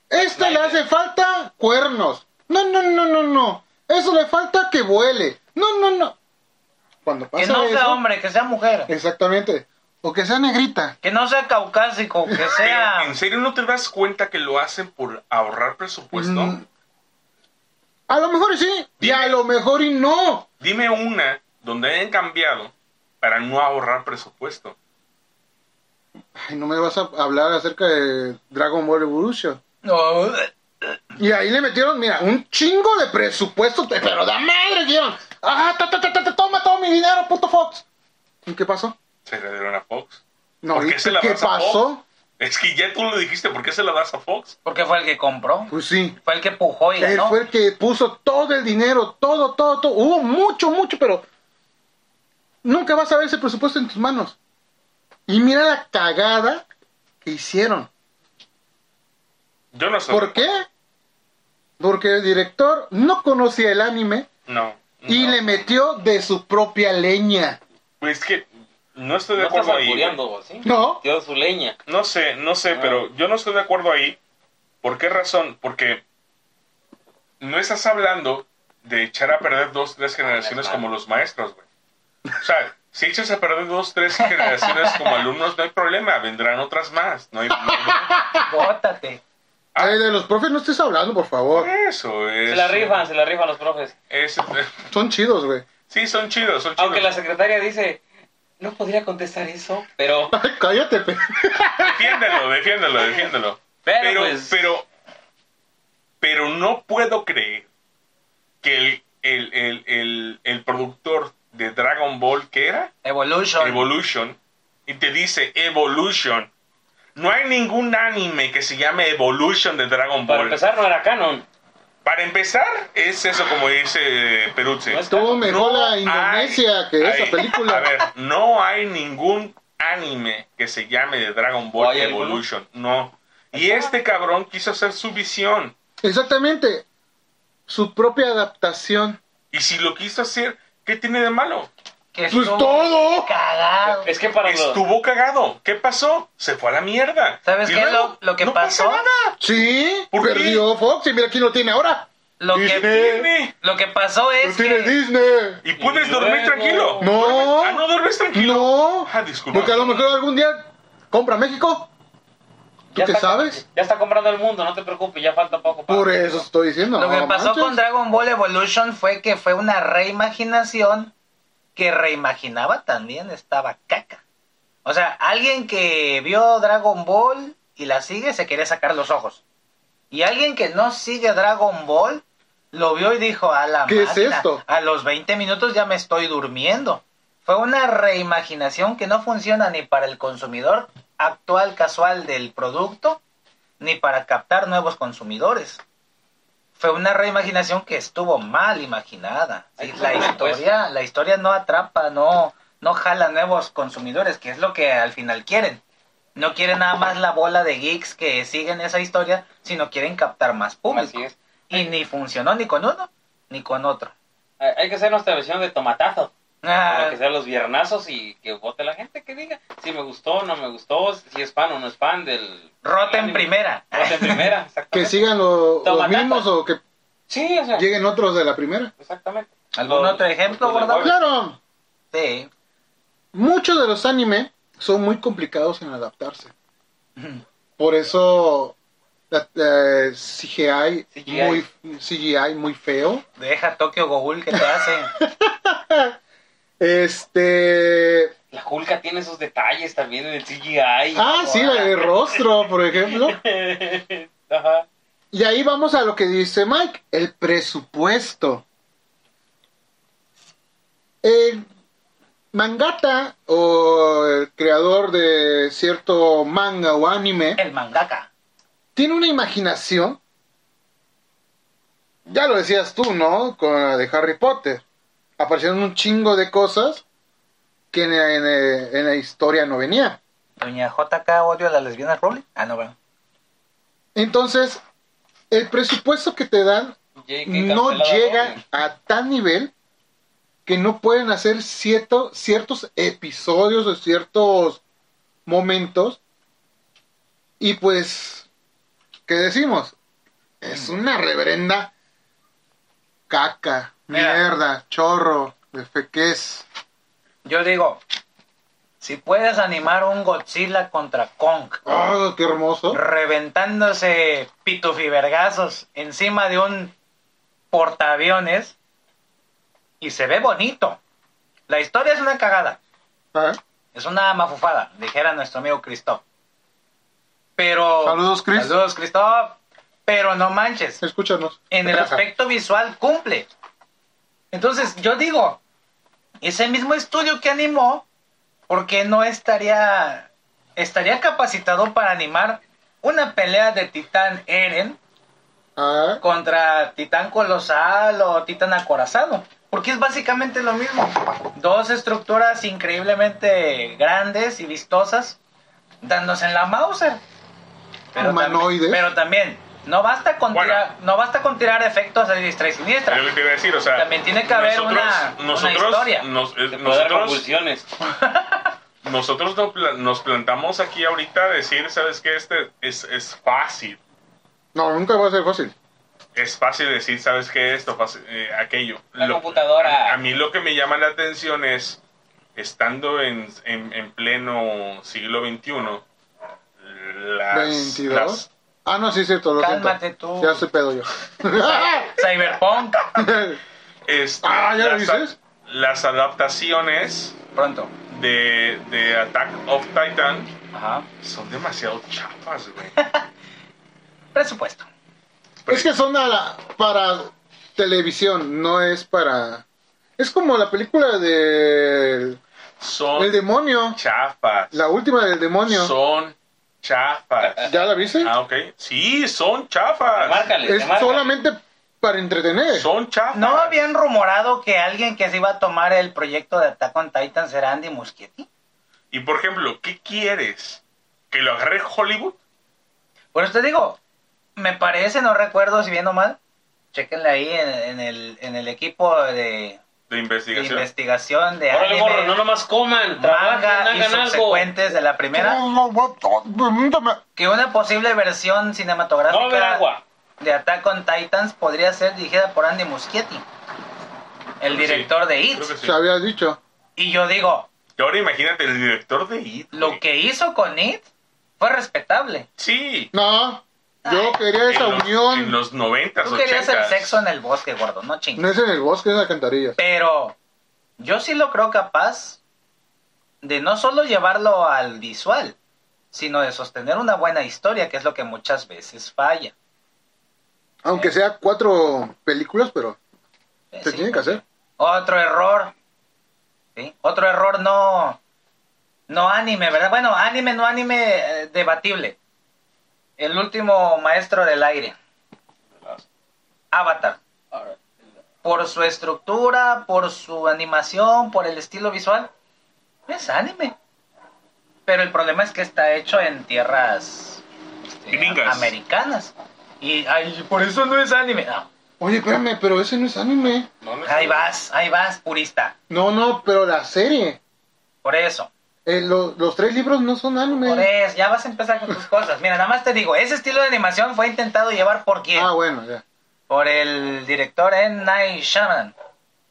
Speaker 3: Esta le hace falta cuernos. No, no, no, no, no. Eso le falta que vuele. No, no, no. Cuando pasa
Speaker 2: Que no sea
Speaker 3: eso- Eh.
Speaker 2: hombre, que sea mujer.
Speaker 3: Exactamente. O que sea negrita.
Speaker 2: Que no sea caucásico, que sea...
Speaker 4: Pero, ¿En serio no te das cuenta que lo hacen por ahorrar
Speaker 2: Pues
Speaker 4: presupuesto?
Speaker 3: Mm. A lo mejor y sí, y a lo mejor y no.
Speaker 4: Dime una donde hayan cambiado para no ahorrar presupuesto.
Speaker 3: Ay, no me vas a hablar acerca de Dragon Ball Evolution.
Speaker 2: No,
Speaker 3: Y ahí le metieron, mira, un chingo de presupuesto, te- pero da madre, dieron. Ah, ta, ta, ta, ta, ta, toma todo mi dinero, puto Fox. ¿Y qué pasó?
Speaker 4: Se le dieron a Fox.
Speaker 3: No,
Speaker 4: ¿Por qué
Speaker 3: ¿y
Speaker 4: se la
Speaker 3: ¿qué
Speaker 4: vas a
Speaker 3: pasó?
Speaker 4: Es que ya tú lo dijiste, ¿por qué se la das a Fox?
Speaker 2: porque fue el que compró.
Speaker 3: Pues sí.
Speaker 2: Fue el que pujó y
Speaker 3: Él
Speaker 2: ganó.
Speaker 3: fue el que puso todo el dinero, todo, todo, todo. Hubo mucho, mucho, pero nunca vas a ver ese presupuesto en tus manos. Y mira la cagada que hicieron.
Speaker 4: Yo no sé.
Speaker 3: ¿Por qué? Porque el director no conocía el anime
Speaker 4: No.
Speaker 3: y
Speaker 4: no.
Speaker 3: le metió de su propia leña.
Speaker 4: Pues es que no estoy de
Speaker 1: No estás
Speaker 4: acuerdo ahí. güey.
Speaker 1: albureando, ¿sí?
Speaker 3: No.
Speaker 1: Tiró su leña.
Speaker 4: No sé, no sé,
Speaker 1: Ah.
Speaker 4: pero yo no estoy de acuerdo ahí. ¿Por qué razón? Porque no estás hablando de echar a perder dos, tres generaciones como los maestros, güey. O sea, si echas a perder dos, tres generaciones como alumnos, no hay problema, vendrán otras más. No hay, no hay-
Speaker 2: Bótate.
Speaker 4: Ah.
Speaker 3: Ay, de los profes no estés hablando, por favor.
Speaker 4: Eso es.
Speaker 1: Se la rifan, se la rifan los profes.
Speaker 4: es-
Speaker 3: Son chidos, güey.
Speaker 4: sí, son chidos, son chidos.
Speaker 1: Aunque la secretaria dice, no podría contestar eso, pero...
Speaker 3: Ay, cállate, pe.
Speaker 4: Defiéndelo, defiéndelo, defiéndelo.
Speaker 1: Pero,
Speaker 4: Pero,
Speaker 1: pues-
Speaker 4: pero, pero no puedo creer que el, el, el, el, el productor de Dragon Ball, que era
Speaker 2: Evolution.
Speaker 4: Evolution, y te dice Evolution. No hay ningún anime que se llame Evolution de Dragon
Speaker 1: Para
Speaker 4: Ball.
Speaker 1: empezar, no era canon.
Speaker 4: Para empezar, es eso como dice Peruzzi.
Speaker 1: No es
Speaker 3: Tuvo
Speaker 1: canon.
Speaker 3: mejor
Speaker 4: No
Speaker 3: la
Speaker 4: hay-
Speaker 3: Indonesia que
Speaker 4: hay-
Speaker 3: esa película.
Speaker 4: A ver, no hay ningún anime que se llame de Dragon
Speaker 1: ¿No
Speaker 4: Ball
Speaker 1: hay alguno?
Speaker 4: Evolution. No. Y este cabrón quiso hacer su visión.
Speaker 3: Exactamente. Su propia adaptación.
Speaker 4: Y si lo quiso hacer, ¿qué tiene de malo?
Speaker 2: Que
Speaker 3: Pues
Speaker 2: estuvo
Speaker 3: todo.
Speaker 2: Cagado.
Speaker 1: Es que para los...
Speaker 4: Estuvo cagado. ¿Qué pasó? Se fue a la mierda.
Speaker 2: ¿Sabes
Speaker 4: Y
Speaker 2: qué?
Speaker 4: luego,
Speaker 2: Lo- lo que
Speaker 4: no pasa
Speaker 2: pasó-
Speaker 4: nada.
Speaker 3: Sí,
Speaker 4: ¿Por qué?
Speaker 3: perdió Fox y mira quién lo tiene ahora.
Speaker 2: Lo que,
Speaker 3: Eh.
Speaker 4: Tiene.
Speaker 2: lo que pasó
Speaker 3: Lo
Speaker 2: es
Speaker 3: tiene
Speaker 2: que...
Speaker 3: Disney.
Speaker 4: Y puedes
Speaker 1: Y
Speaker 4: dormir
Speaker 1: luego-
Speaker 4: tranquilo.
Speaker 3: No.
Speaker 4: Duermes- Ah, no duermes tranquilo.
Speaker 3: No.
Speaker 4: Ah, disculpa.
Speaker 3: Porque a lo mejor algún día compra México. ¿Tú
Speaker 1: ya
Speaker 3: qué
Speaker 1: está-
Speaker 3: sabes?
Speaker 1: Ya está comprando el mundo, no te preocupes, ya falta poco. para-
Speaker 3: Por eso estoy diciendo.
Speaker 2: Lo que
Speaker 3: no
Speaker 2: pasó
Speaker 3: manches.
Speaker 2: con Dragon Ball Evolution fue que fue una reimaginación que reimaginaba también estaba caca. O sea, alguien que vio Dragon Ball y la sigue se quiere sacar los ojos. Y alguien que no sigue Dragon Ball lo vio y dijo, a la
Speaker 3: ¿Qué es
Speaker 2: máquina,
Speaker 3: esto?
Speaker 2: a los 20 minutos ya me estoy durmiendo. Fue una reimaginación que no funciona ni para el consumidor actual casual del producto, ni para captar nuevos consumidores. Fue una reimaginación que estuvo mal imaginada. Sí,
Speaker 1: Hay que
Speaker 2: la
Speaker 1: ser
Speaker 2: historia, la historia no atrapa, no, no jala nuevos consumidores, que es lo que al final quieren. No quieren nada más la bola de geeks que siguen esa historia, sino quieren captar más público.
Speaker 1: Así es.
Speaker 2: Y ni funcionó ni con uno, ni con otro.
Speaker 1: Hay hay que hacer nuestra versión de tomatazo.
Speaker 2: Ah,
Speaker 1: Para que sean los viernazos y que vote la gente que diga si me gustó no me gustó, si es fan o no es fan del.
Speaker 2: rota en
Speaker 1: anime.
Speaker 2: primera.
Speaker 1: Rota en primera, exactamente.
Speaker 3: Que sigan lo- los
Speaker 1: Toma,
Speaker 3: mismos
Speaker 1: tata.
Speaker 3: o que
Speaker 1: Sí, o sea,
Speaker 3: lleguen otros de la primera.
Speaker 1: exactamente.
Speaker 2: ¿Algún
Speaker 1: Los-
Speaker 2: otro ejemplo,
Speaker 1: los
Speaker 2: gordo?
Speaker 1: lenguajes.
Speaker 3: Claro,
Speaker 2: Sí.
Speaker 3: muchos de los anime son muy complicados en adaptarse. Por eso la- eh, CGI,
Speaker 1: CGI.
Speaker 3: Muy, CGI muy feo.
Speaker 2: Deja Tokio Ghoul que te hace.
Speaker 3: Este.
Speaker 1: La Julka tiene esos detalles también en el CGI.
Speaker 3: Ah, sí, el rostro, por ejemplo.
Speaker 1: Ajá.
Speaker 3: Y ahí vamos a lo que dice Mike, el presupuesto. El mangata o el creador de cierto manga o anime
Speaker 2: El mangaka.
Speaker 3: tiene una imaginación. Ya lo decías tú, ¿no? Con la de Harry Potter. Aparecieron un chingo de cosas que en, en- en la historia no venía.
Speaker 2: Doña JK odio a las lesbianas Rowling. Ah, no, bueno.
Speaker 3: Entonces, el presupuesto que te dan
Speaker 1: J.K.
Speaker 3: no
Speaker 1: cancelada,
Speaker 3: llega
Speaker 1: ¿no?
Speaker 3: a tan nivel que no pueden hacer cierto- ciertos episodios o ciertos momentos. Y pues, ¿qué decimos?
Speaker 2: Mm.
Speaker 3: Es una reverenda caca,
Speaker 2: Mira.
Speaker 3: mierda, chorro, de fequez.
Speaker 2: Yo digo, si puedes animar un Godzilla contra Kong,
Speaker 3: ¡Ah, qué hermoso!
Speaker 2: reventándose pitufivergazos encima de un portaaviones, y se ve bonito. La historia es una cagada.
Speaker 3: Ah,
Speaker 2: Es una mafufada, dijera nuestro amigo Cristóbal. Pero.
Speaker 3: Saludos, Chris.
Speaker 2: Saludos, Cristóbal. Pero no manches.
Speaker 3: Escúchanos.
Speaker 2: En el aspecto visual cumple. Entonces, yo digo, ese mismo estudio que animó, ¿por qué no estaría. estaría capacitado para animar una pelea de Titán Eren
Speaker 3: Ah,
Speaker 2: contra Titán Colosal o Titán Acorazado. Porque es básicamente lo mismo. Dos estructuras increíblemente grandes y vistosas dándose en la Mauser.
Speaker 3: Humanoides.
Speaker 2: También, pero también, no basta con,
Speaker 4: Bueno.
Speaker 2: tirar, no basta con tirar efectos a diestra y siniestra.
Speaker 4: Es lo que te iba a decir, o sea.
Speaker 2: También tiene que haber una- una historia.
Speaker 4: nos- eh,
Speaker 1: Te puede dar
Speaker 4: nosotros,
Speaker 1: convulsiones.
Speaker 4: nosotros no pla- nos plantamos aquí ahorita a decir, ¿sabes qué? Este es, es fácil.
Speaker 3: no, nunca va a ser fácil.
Speaker 4: Es fácil decir, ¿sabes qué? Esto, fácil, eh, aquello.
Speaker 1: La computadora.
Speaker 4: A, a mí lo que me llama la atención es, estando en, en, en pleno siglo XXI, las,
Speaker 3: 22.
Speaker 4: las
Speaker 3: Ah, no, sí, es cierto. Lo
Speaker 2: Cálmate
Speaker 3: siento.
Speaker 2: tú.
Speaker 3: Ya estoy pedo yo.
Speaker 2: Cyberpunk,
Speaker 4: Este,
Speaker 3: Ah, ¿ya lo
Speaker 4: las,
Speaker 3: dices?
Speaker 4: las adaptaciones
Speaker 2: pronto.
Speaker 4: de, de Attack of Titan
Speaker 2: Ajá.
Speaker 4: son demasiado chapas, güey.
Speaker 2: Presupuesto.
Speaker 3: Es que son a la- para televisión, no es para... Es como la película del...
Speaker 4: Son
Speaker 3: El demonio.
Speaker 4: chafas.
Speaker 3: La última del demonio.
Speaker 4: Son chafas.
Speaker 3: ¿Ya la viste?
Speaker 4: Ah, ok. Sí, son
Speaker 1: Te
Speaker 4: chafas.
Speaker 1: Márcale,
Speaker 3: Es
Speaker 1: te márcale.
Speaker 3: solamente para entretener.
Speaker 4: Son chafas.
Speaker 2: ¿No habían rumorado que alguien que se iba a tomar el proyecto de Attack on Titan será Andy Muschietti?
Speaker 4: Y por ejemplo, ¿qué quieres? ¿Que lo agarre Hollywood?
Speaker 2: Por eso te digo, me parece, no recuerdo si viendo mal. Chequenle ahí en, en el, en el equipo de,
Speaker 4: De
Speaker 2: de
Speaker 4: investigación.
Speaker 2: investigación de
Speaker 1: Órale,
Speaker 2: anime,
Speaker 1: morro, no nomás coman.
Speaker 2: manga
Speaker 1: Trabajen,
Speaker 2: y
Speaker 1: hagan algo.
Speaker 2: subsecuentes de la primera,
Speaker 3: Pregúntame.
Speaker 2: que una posible versión
Speaker 1: No beber
Speaker 2: cinematográfica
Speaker 1: agua.
Speaker 2: de Attack on Titans podría ser dirigida por Andy Muschietti, el
Speaker 4: Creo que sí.
Speaker 2: director de IT.
Speaker 4: Creo que sí.
Speaker 3: Se había dicho.
Speaker 2: Y yo digo,
Speaker 4: Y ahora imagínate, el director de IT.
Speaker 2: lo
Speaker 4: güey.
Speaker 2: que hizo con IT fue respetable.
Speaker 4: Sí.
Speaker 3: No, yo quería esa
Speaker 4: en los,
Speaker 3: unión.
Speaker 4: En los 90,
Speaker 2: Tú querías el
Speaker 4: 80s.
Speaker 2: sexo en el bosque, gordo, no chingues.
Speaker 3: No es en el bosque, es en la cantarilla.
Speaker 2: Pero yo sí lo creo capaz de no solo llevarlo al visual, sino de sostener una buena historia, que es lo que muchas veces falla.
Speaker 3: Aunque sea cuatro películas, pero
Speaker 2: Eh,
Speaker 3: se
Speaker 2: sí,
Speaker 3: tiene que hacer.
Speaker 2: Otro error. ¿sí? Otro error no. No anime, ¿verdad? Bueno, anime, no anime, eh, debatible. El último maestro del aire. Avatar. Por su estructura, por su animación, por el estilo visual. Es anime. Pero el problema es que está hecho en tierras este,
Speaker 4: Gringas.
Speaker 2: americanas. Y ay, por eso no es anime. No.
Speaker 3: Oye, espérame, pero ese no es anime.
Speaker 4: No, no es-
Speaker 2: Ahí vas, ahí vas, purista.
Speaker 3: No, no, pero la serie.
Speaker 2: Por eso.
Speaker 3: Eh, lo- los tres libros no son
Speaker 2: Por
Speaker 3: anime.
Speaker 2: eso, ya vas a empezar con tus cosas. Mira, nada más te digo, ese estilo de animación fue intentado llevar por quién?
Speaker 3: Ah, bueno, ya.
Speaker 2: Por el director N. Night Shyamalan.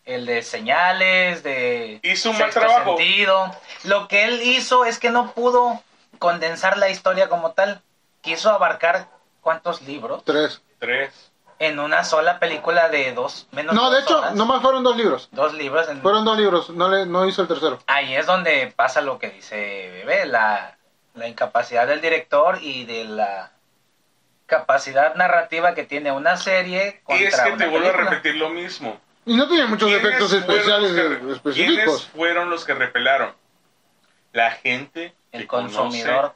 Speaker 2: El de señales, de...
Speaker 4: Hizo un mal
Speaker 2: Sexto
Speaker 4: trabajo.
Speaker 2: Sentido. Lo que él hizo es que no pudo condensar la historia como tal. Quiso abarcar cuántos libros
Speaker 3: Tres.
Speaker 4: Tres.
Speaker 2: en una sola película de dos, menos
Speaker 3: No, de
Speaker 2: dos
Speaker 3: hecho,
Speaker 2: horas.
Speaker 3: nomás fueron dos libros.
Speaker 2: Dos libros en...
Speaker 3: Fueron dos libros, no, le, no hizo el tercero.
Speaker 2: Ahí es donde pasa lo que dice Bebé, la, la incapacidad del director y de la capacidad narrativa que tiene una serie
Speaker 4: Y
Speaker 2: contra
Speaker 4: es que
Speaker 2: una
Speaker 4: te vuelvo a
Speaker 2: película.
Speaker 4: repetir lo mismo.
Speaker 3: Y no tiene muchos
Speaker 4: ¿Quiénes
Speaker 3: efectos
Speaker 4: fueron
Speaker 3: especiales
Speaker 4: los que-
Speaker 3: eh,
Speaker 4: ¿Quiénes
Speaker 3: específicos.
Speaker 4: fueron los que repelaron? La gente.
Speaker 2: El
Speaker 4: que conoce
Speaker 2: consumidor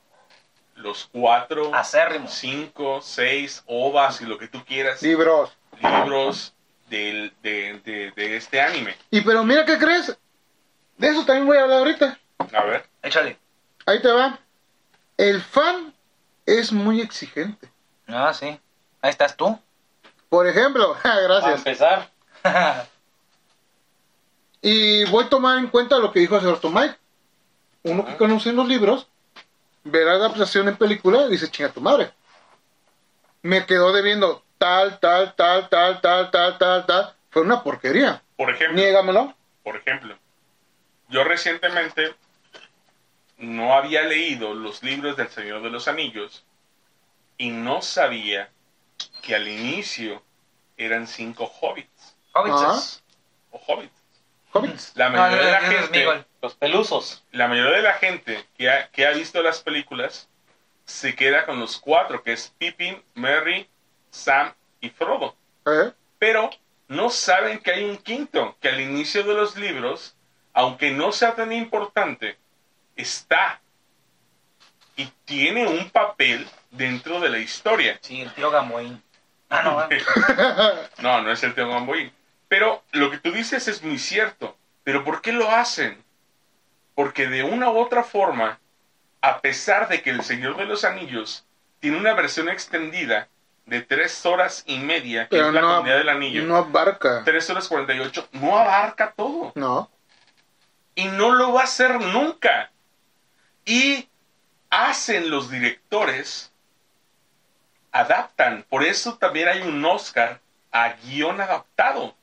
Speaker 4: los cuatro,
Speaker 2: Acérrimos.
Speaker 4: cinco, seis ovas y lo que tú quieras,
Speaker 3: Libros.
Speaker 4: libros del- de, de- de este anime.
Speaker 3: Y pero mira, ¿qué crees? De eso también voy a hablar ahorita.
Speaker 4: A ver,
Speaker 2: Échale.
Speaker 3: Ahí te va. El fan es muy exigente.
Speaker 2: No, sí. Ahí estás tú.
Speaker 3: Por ejemplo,
Speaker 1: Para
Speaker 3: gracias.
Speaker 1: empezar,
Speaker 3: Y voy a tomar en cuenta lo que dijo hace rato Mike. Uno que conoce los libros, verá la adaptación en película y dice, chinga tu madre. Me quedó debiendo tal, tal, tal, tal, tal, tal, tal, tal. Fue una porquería.
Speaker 4: por ejemplo,
Speaker 3: Niégamelo.
Speaker 4: por ejemplo, yo recientemente no había leído los libros del Señor de los Anillos y no sabía que al inicio eran cinco hobbits
Speaker 2: Hobbits.
Speaker 4: o hobbits.
Speaker 3: Hobbits.
Speaker 4: La
Speaker 2: No, no, no,
Speaker 4: mayoría de la
Speaker 2: ese es
Speaker 4: gente
Speaker 2: Miguel.
Speaker 1: los pelusos.
Speaker 4: la mayoría de la gente que ha, que ha visto las películas se queda con los cuatro, que es Pippin, Merry, Sam y Frodo.
Speaker 3: ¿Eh?
Speaker 4: Pero no saben que hay un quinto, que al inicio de los libros, aunque no sea tan importante, está y tiene un papel dentro de la historia.
Speaker 2: Sí, el tío Gamoín. Ah, no, eh.
Speaker 4: No, no es el tema Gamboín. Pero lo que tú dices es muy cierto. Pero ¿por qué lo hacen? Porque de una u otra forma, a pesar de que El Señor de los Anillos tiene una versión extendida de tres horas y media, que
Speaker 3: Pero
Speaker 4: es la
Speaker 3: no,
Speaker 4: comunidad del anillo,
Speaker 3: no abarca.
Speaker 4: tres horas 48, no abarca todo.
Speaker 3: No.
Speaker 4: Y no lo va a hacer nunca. Y hacen los directores, adaptan. Por eso también hay un Oscar a guión adaptado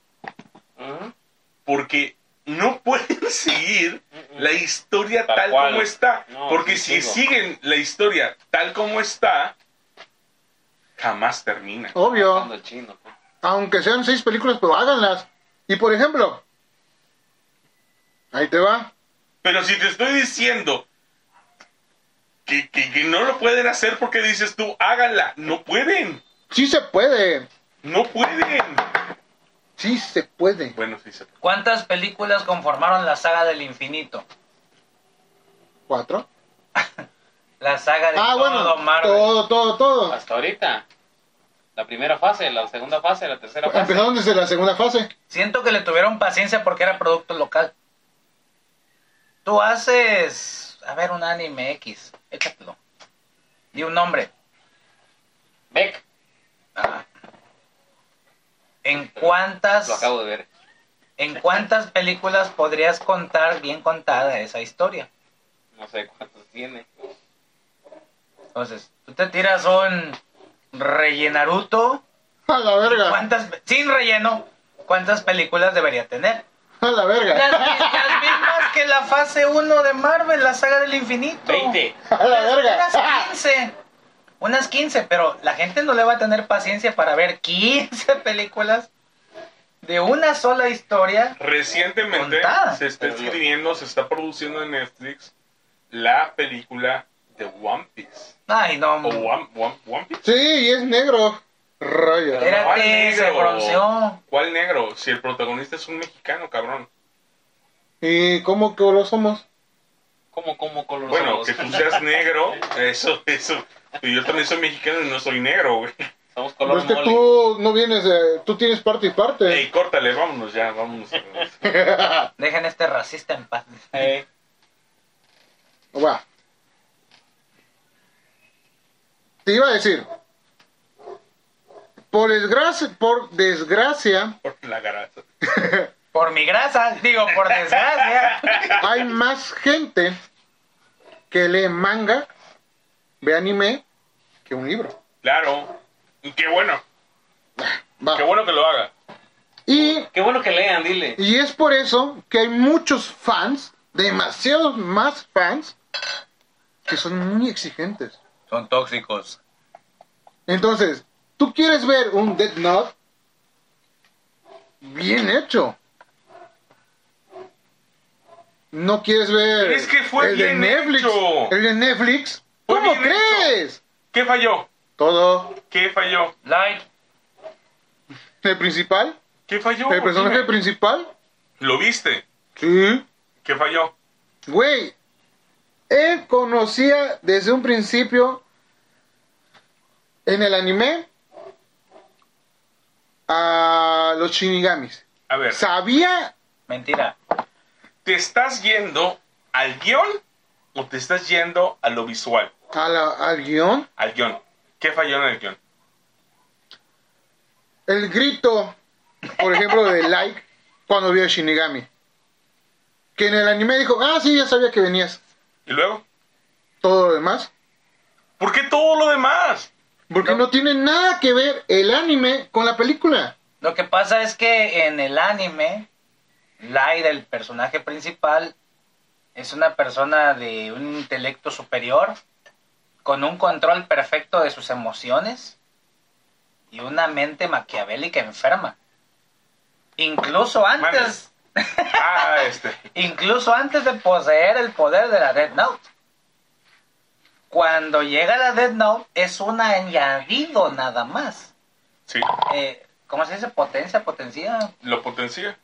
Speaker 1: Ujú.
Speaker 4: porque no pueden seguir la historia
Speaker 1: Tal
Speaker 4: tal,
Speaker 1: cual.
Speaker 4: como está.
Speaker 1: No,
Speaker 4: porque
Speaker 1: sí,
Speaker 4: si
Speaker 1: sigo.
Speaker 4: siguen la historia tal como está, jamás termina.
Speaker 3: Obvio.
Speaker 1: Hablando el chino, pues.
Speaker 3: aunque sean seis películas, pero háganlas. Y por ejemplo, ahí te va.
Speaker 4: Pero si te estoy diciendo que, que- que no lo pueden hacer porque dices tú, háganla, no pueden,
Speaker 3: Sí se puede,
Speaker 4: no pueden.
Speaker 3: sí se puede.
Speaker 4: Bueno, sí se puede.
Speaker 2: ¿Cuántas películas conformaron la saga del infinito?
Speaker 3: ¿Cuatro?
Speaker 2: La saga de
Speaker 3: Ah,
Speaker 2: todo
Speaker 3: bueno,
Speaker 2: Marvel.
Speaker 3: todo, todo, todo.
Speaker 1: Hasta ahorita. La primera fase, la segunda fase, la tercera fase.
Speaker 3: Empezaron desde la segunda fase.
Speaker 2: Siento que le tuvieron paciencia porque era producto local. Tú haces, a ver, un anime X, échatelo. Di un nombre.
Speaker 1: Beck,
Speaker 2: Ah. ¿En cuántas,
Speaker 1: lo acabo de ver.
Speaker 2: ¿En cuántas películas podrías contar bien contada esa historia?
Speaker 1: No sé cuántos tiene.
Speaker 2: Entonces, tú te tiras un rellenaruto.
Speaker 3: A la verga,
Speaker 2: ¿Cuántas, sin relleno, ¿cuántas películas debería tener?
Speaker 3: a la
Speaker 2: Las,
Speaker 3: verga,
Speaker 2: las mismas que la fase 1 de Marvel, la saga del infinito.
Speaker 1: 20.
Speaker 3: a la verga.
Speaker 2: Unas 15. Unas 15, pero la gente no le va a tener paciencia para ver 15 películas de una sola historia.
Speaker 4: Recientemente
Speaker 2: Contada.
Speaker 4: se está
Speaker 1: Pero lo-
Speaker 4: escribiendo, se está produciendo en Netflix la película de One Piece.
Speaker 2: Ay, no.
Speaker 4: O One- One- One Piece.
Speaker 3: Sí, y es negro. Rollo.
Speaker 1: Era-
Speaker 2: Espérate,
Speaker 4: ¿Cuál negro?
Speaker 2: se bronceó.
Speaker 4: ¿Cuál negro? Si el protagonista es un mexicano, cabrón.
Speaker 3: ¿Y cómo que lo somos?
Speaker 1: ¿Cómo, cómo color
Speaker 4: Bueno,
Speaker 1: somos?
Speaker 4: que tú seas negro, eso, eso. Y yo también soy mexicano y no soy negro, güey.
Speaker 1: Somos
Speaker 3: Pero
Speaker 1: color
Speaker 3: Pues es que
Speaker 1: mole.
Speaker 3: tú no vienes de... Tú tienes parte y
Speaker 4: Ey,
Speaker 3: parte.
Speaker 4: córtale, vámonos ya, vámonos.
Speaker 2: Dejen a este racista en paz.
Speaker 1: Eh,
Speaker 3: Va. Te iba a decir. Por desgracia, por desgracia,
Speaker 4: Por la grasa.
Speaker 2: Por mi grasa, digo, por desgracia.
Speaker 3: hay más gente que lee manga, ve anime, que un libro.
Speaker 4: Claro. Y qué bueno,
Speaker 3: Va.
Speaker 4: qué bueno que lo haga.
Speaker 3: Y,
Speaker 1: qué bueno que lean, dile.
Speaker 3: y es por eso que hay muchos fans, demasiados más fans, que son muy exigentes.
Speaker 2: Son tóxicos.
Speaker 3: Entonces, tú quieres ver un Dead Note bien hecho. No quieres ver
Speaker 4: Pero es que fue
Speaker 3: el de
Speaker 4: bien
Speaker 3: Netflix.
Speaker 4: hecho.
Speaker 3: El de Netflix.
Speaker 4: Fue
Speaker 3: ¿Cómo
Speaker 4: bien
Speaker 3: crees?
Speaker 4: ¿Qué falló?
Speaker 3: Todo.
Speaker 4: ¿Qué falló?
Speaker 2: Like,
Speaker 3: El principal,
Speaker 4: ¿Qué falló?
Speaker 3: el personaje
Speaker 4: Dime.
Speaker 3: principal.
Speaker 4: ¿Lo viste?
Speaker 3: Sí.
Speaker 4: ¿Qué falló?
Speaker 3: Güey, él conocía desde un principio en el anime a los shinigamis.
Speaker 4: A ver,
Speaker 3: Sabía
Speaker 2: Mentira.
Speaker 4: ¿te estás yendo al guión o te estás yendo a lo visual?
Speaker 3: a la- al guión
Speaker 4: Al guión. ¿Qué falló en el guión?
Speaker 3: el grito, por ejemplo, de Like cuando vio a Shinigami. Que en el anime dijo, ah, sí, ya sabía que venías.
Speaker 4: ¿Y luego?
Speaker 3: Todo lo demás.
Speaker 4: ¿Por qué todo lo demás?
Speaker 3: Porque no, tiene nada que ver el anime con la película.
Speaker 2: Lo que pasa es que en el anime, Light, el personaje principal, es una persona de un intelecto superior, con un control perfecto de sus emociones y una mente maquiavélica enferma. Incluso antes,
Speaker 4: Ah, este.
Speaker 2: incluso antes de poseer el poder de la Dead Note. Cuando llega la Dead Note es un añadido nada más.
Speaker 4: Sí,
Speaker 2: Eh, ¿Cómo se dice? Potencia, potencia
Speaker 4: lo potencia.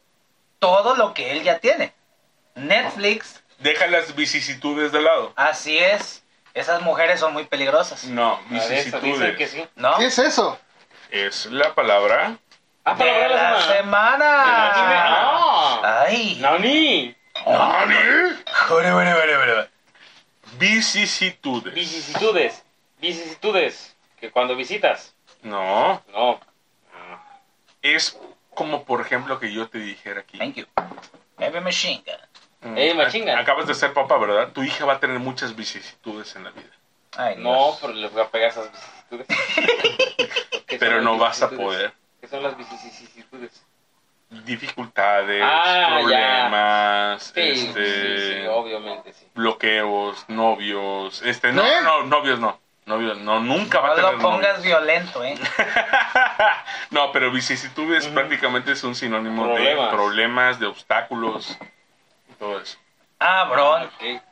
Speaker 2: todo lo que él ya tiene. Netflix,
Speaker 4: Deja las vicisitudes de lado.
Speaker 2: así es. Esas mujeres son muy peligrosas,
Speaker 4: No,
Speaker 1: A ver, eso dicen
Speaker 4: vicisitudes.
Speaker 1: que sí.
Speaker 2: ¿no?
Speaker 3: ¿Qué es eso?
Speaker 4: Es la palabra.
Speaker 1: Ah, para
Speaker 2: de
Speaker 1: hablar
Speaker 2: la
Speaker 1: la semana.
Speaker 2: semana.
Speaker 1: Ah,
Speaker 2: Ay.
Speaker 1: Nani.
Speaker 2: Jure, jure, jure, jure.
Speaker 4: Vicisitudes.
Speaker 1: Vicisitudes. Vicisitudes. Que cuando visitas.
Speaker 4: No,
Speaker 1: No.
Speaker 4: es como por ejemplo que yo te dijera aquí.
Speaker 2: Thank you. Baby machine gun.
Speaker 4: Mm,
Speaker 1: Ey,
Speaker 4: ac-
Speaker 1: machinga.
Speaker 4: Acabas de ser papá, ¿verdad? Tu hija va a tener muchas vicisitudes en la vida.
Speaker 2: Ay,
Speaker 1: No,
Speaker 2: Dios.
Speaker 1: pero les voy a pegar esas vicisitudes. ¿Qué son
Speaker 4: Pero
Speaker 1: las
Speaker 4: no vas a
Speaker 1: vicisitudes?
Speaker 4: poder.
Speaker 1: ¿Qué son las vicisitudes?
Speaker 4: Dificultades,
Speaker 1: Ah, ya.
Speaker 4: problemas,
Speaker 1: Sí,
Speaker 4: este,
Speaker 1: sí, sí, obviamente sí.
Speaker 4: bloqueos, novios. Este, no,
Speaker 3: ¿Eh?
Speaker 4: no, novios no. Novios no, nunca va a
Speaker 2: No
Speaker 4: tener
Speaker 2: lo pongas
Speaker 4: novios.
Speaker 2: violento, ¿eh?
Speaker 4: no, pero vicisitudes prácticamente es un sinónimo
Speaker 1: Problemas.
Speaker 4: de problemas, de obstáculos, y todo eso.
Speaker 2: Ah, bro.
Speaker 1: Ok.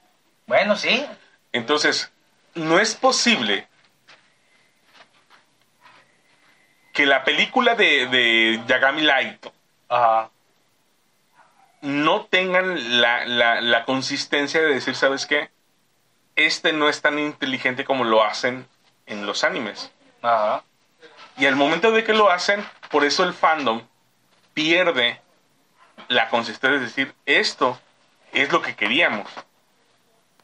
Speaker 2: Bueno, sí.
Speaker 4: Entonces, no es posible que la película de, de Yagami Laito
Speaker 2: Ajá.
Speaker 4: no tengan la, la- la consistencia de decir, ¿sabes qué? Este no es tan inteligente como lo hacen en los animes.
Speaker 2: Ajá.
Speaker 4: Y al momento de que lo hacen, por eso el fandom pierde la consistencia de decir, esto es lo que queríamos.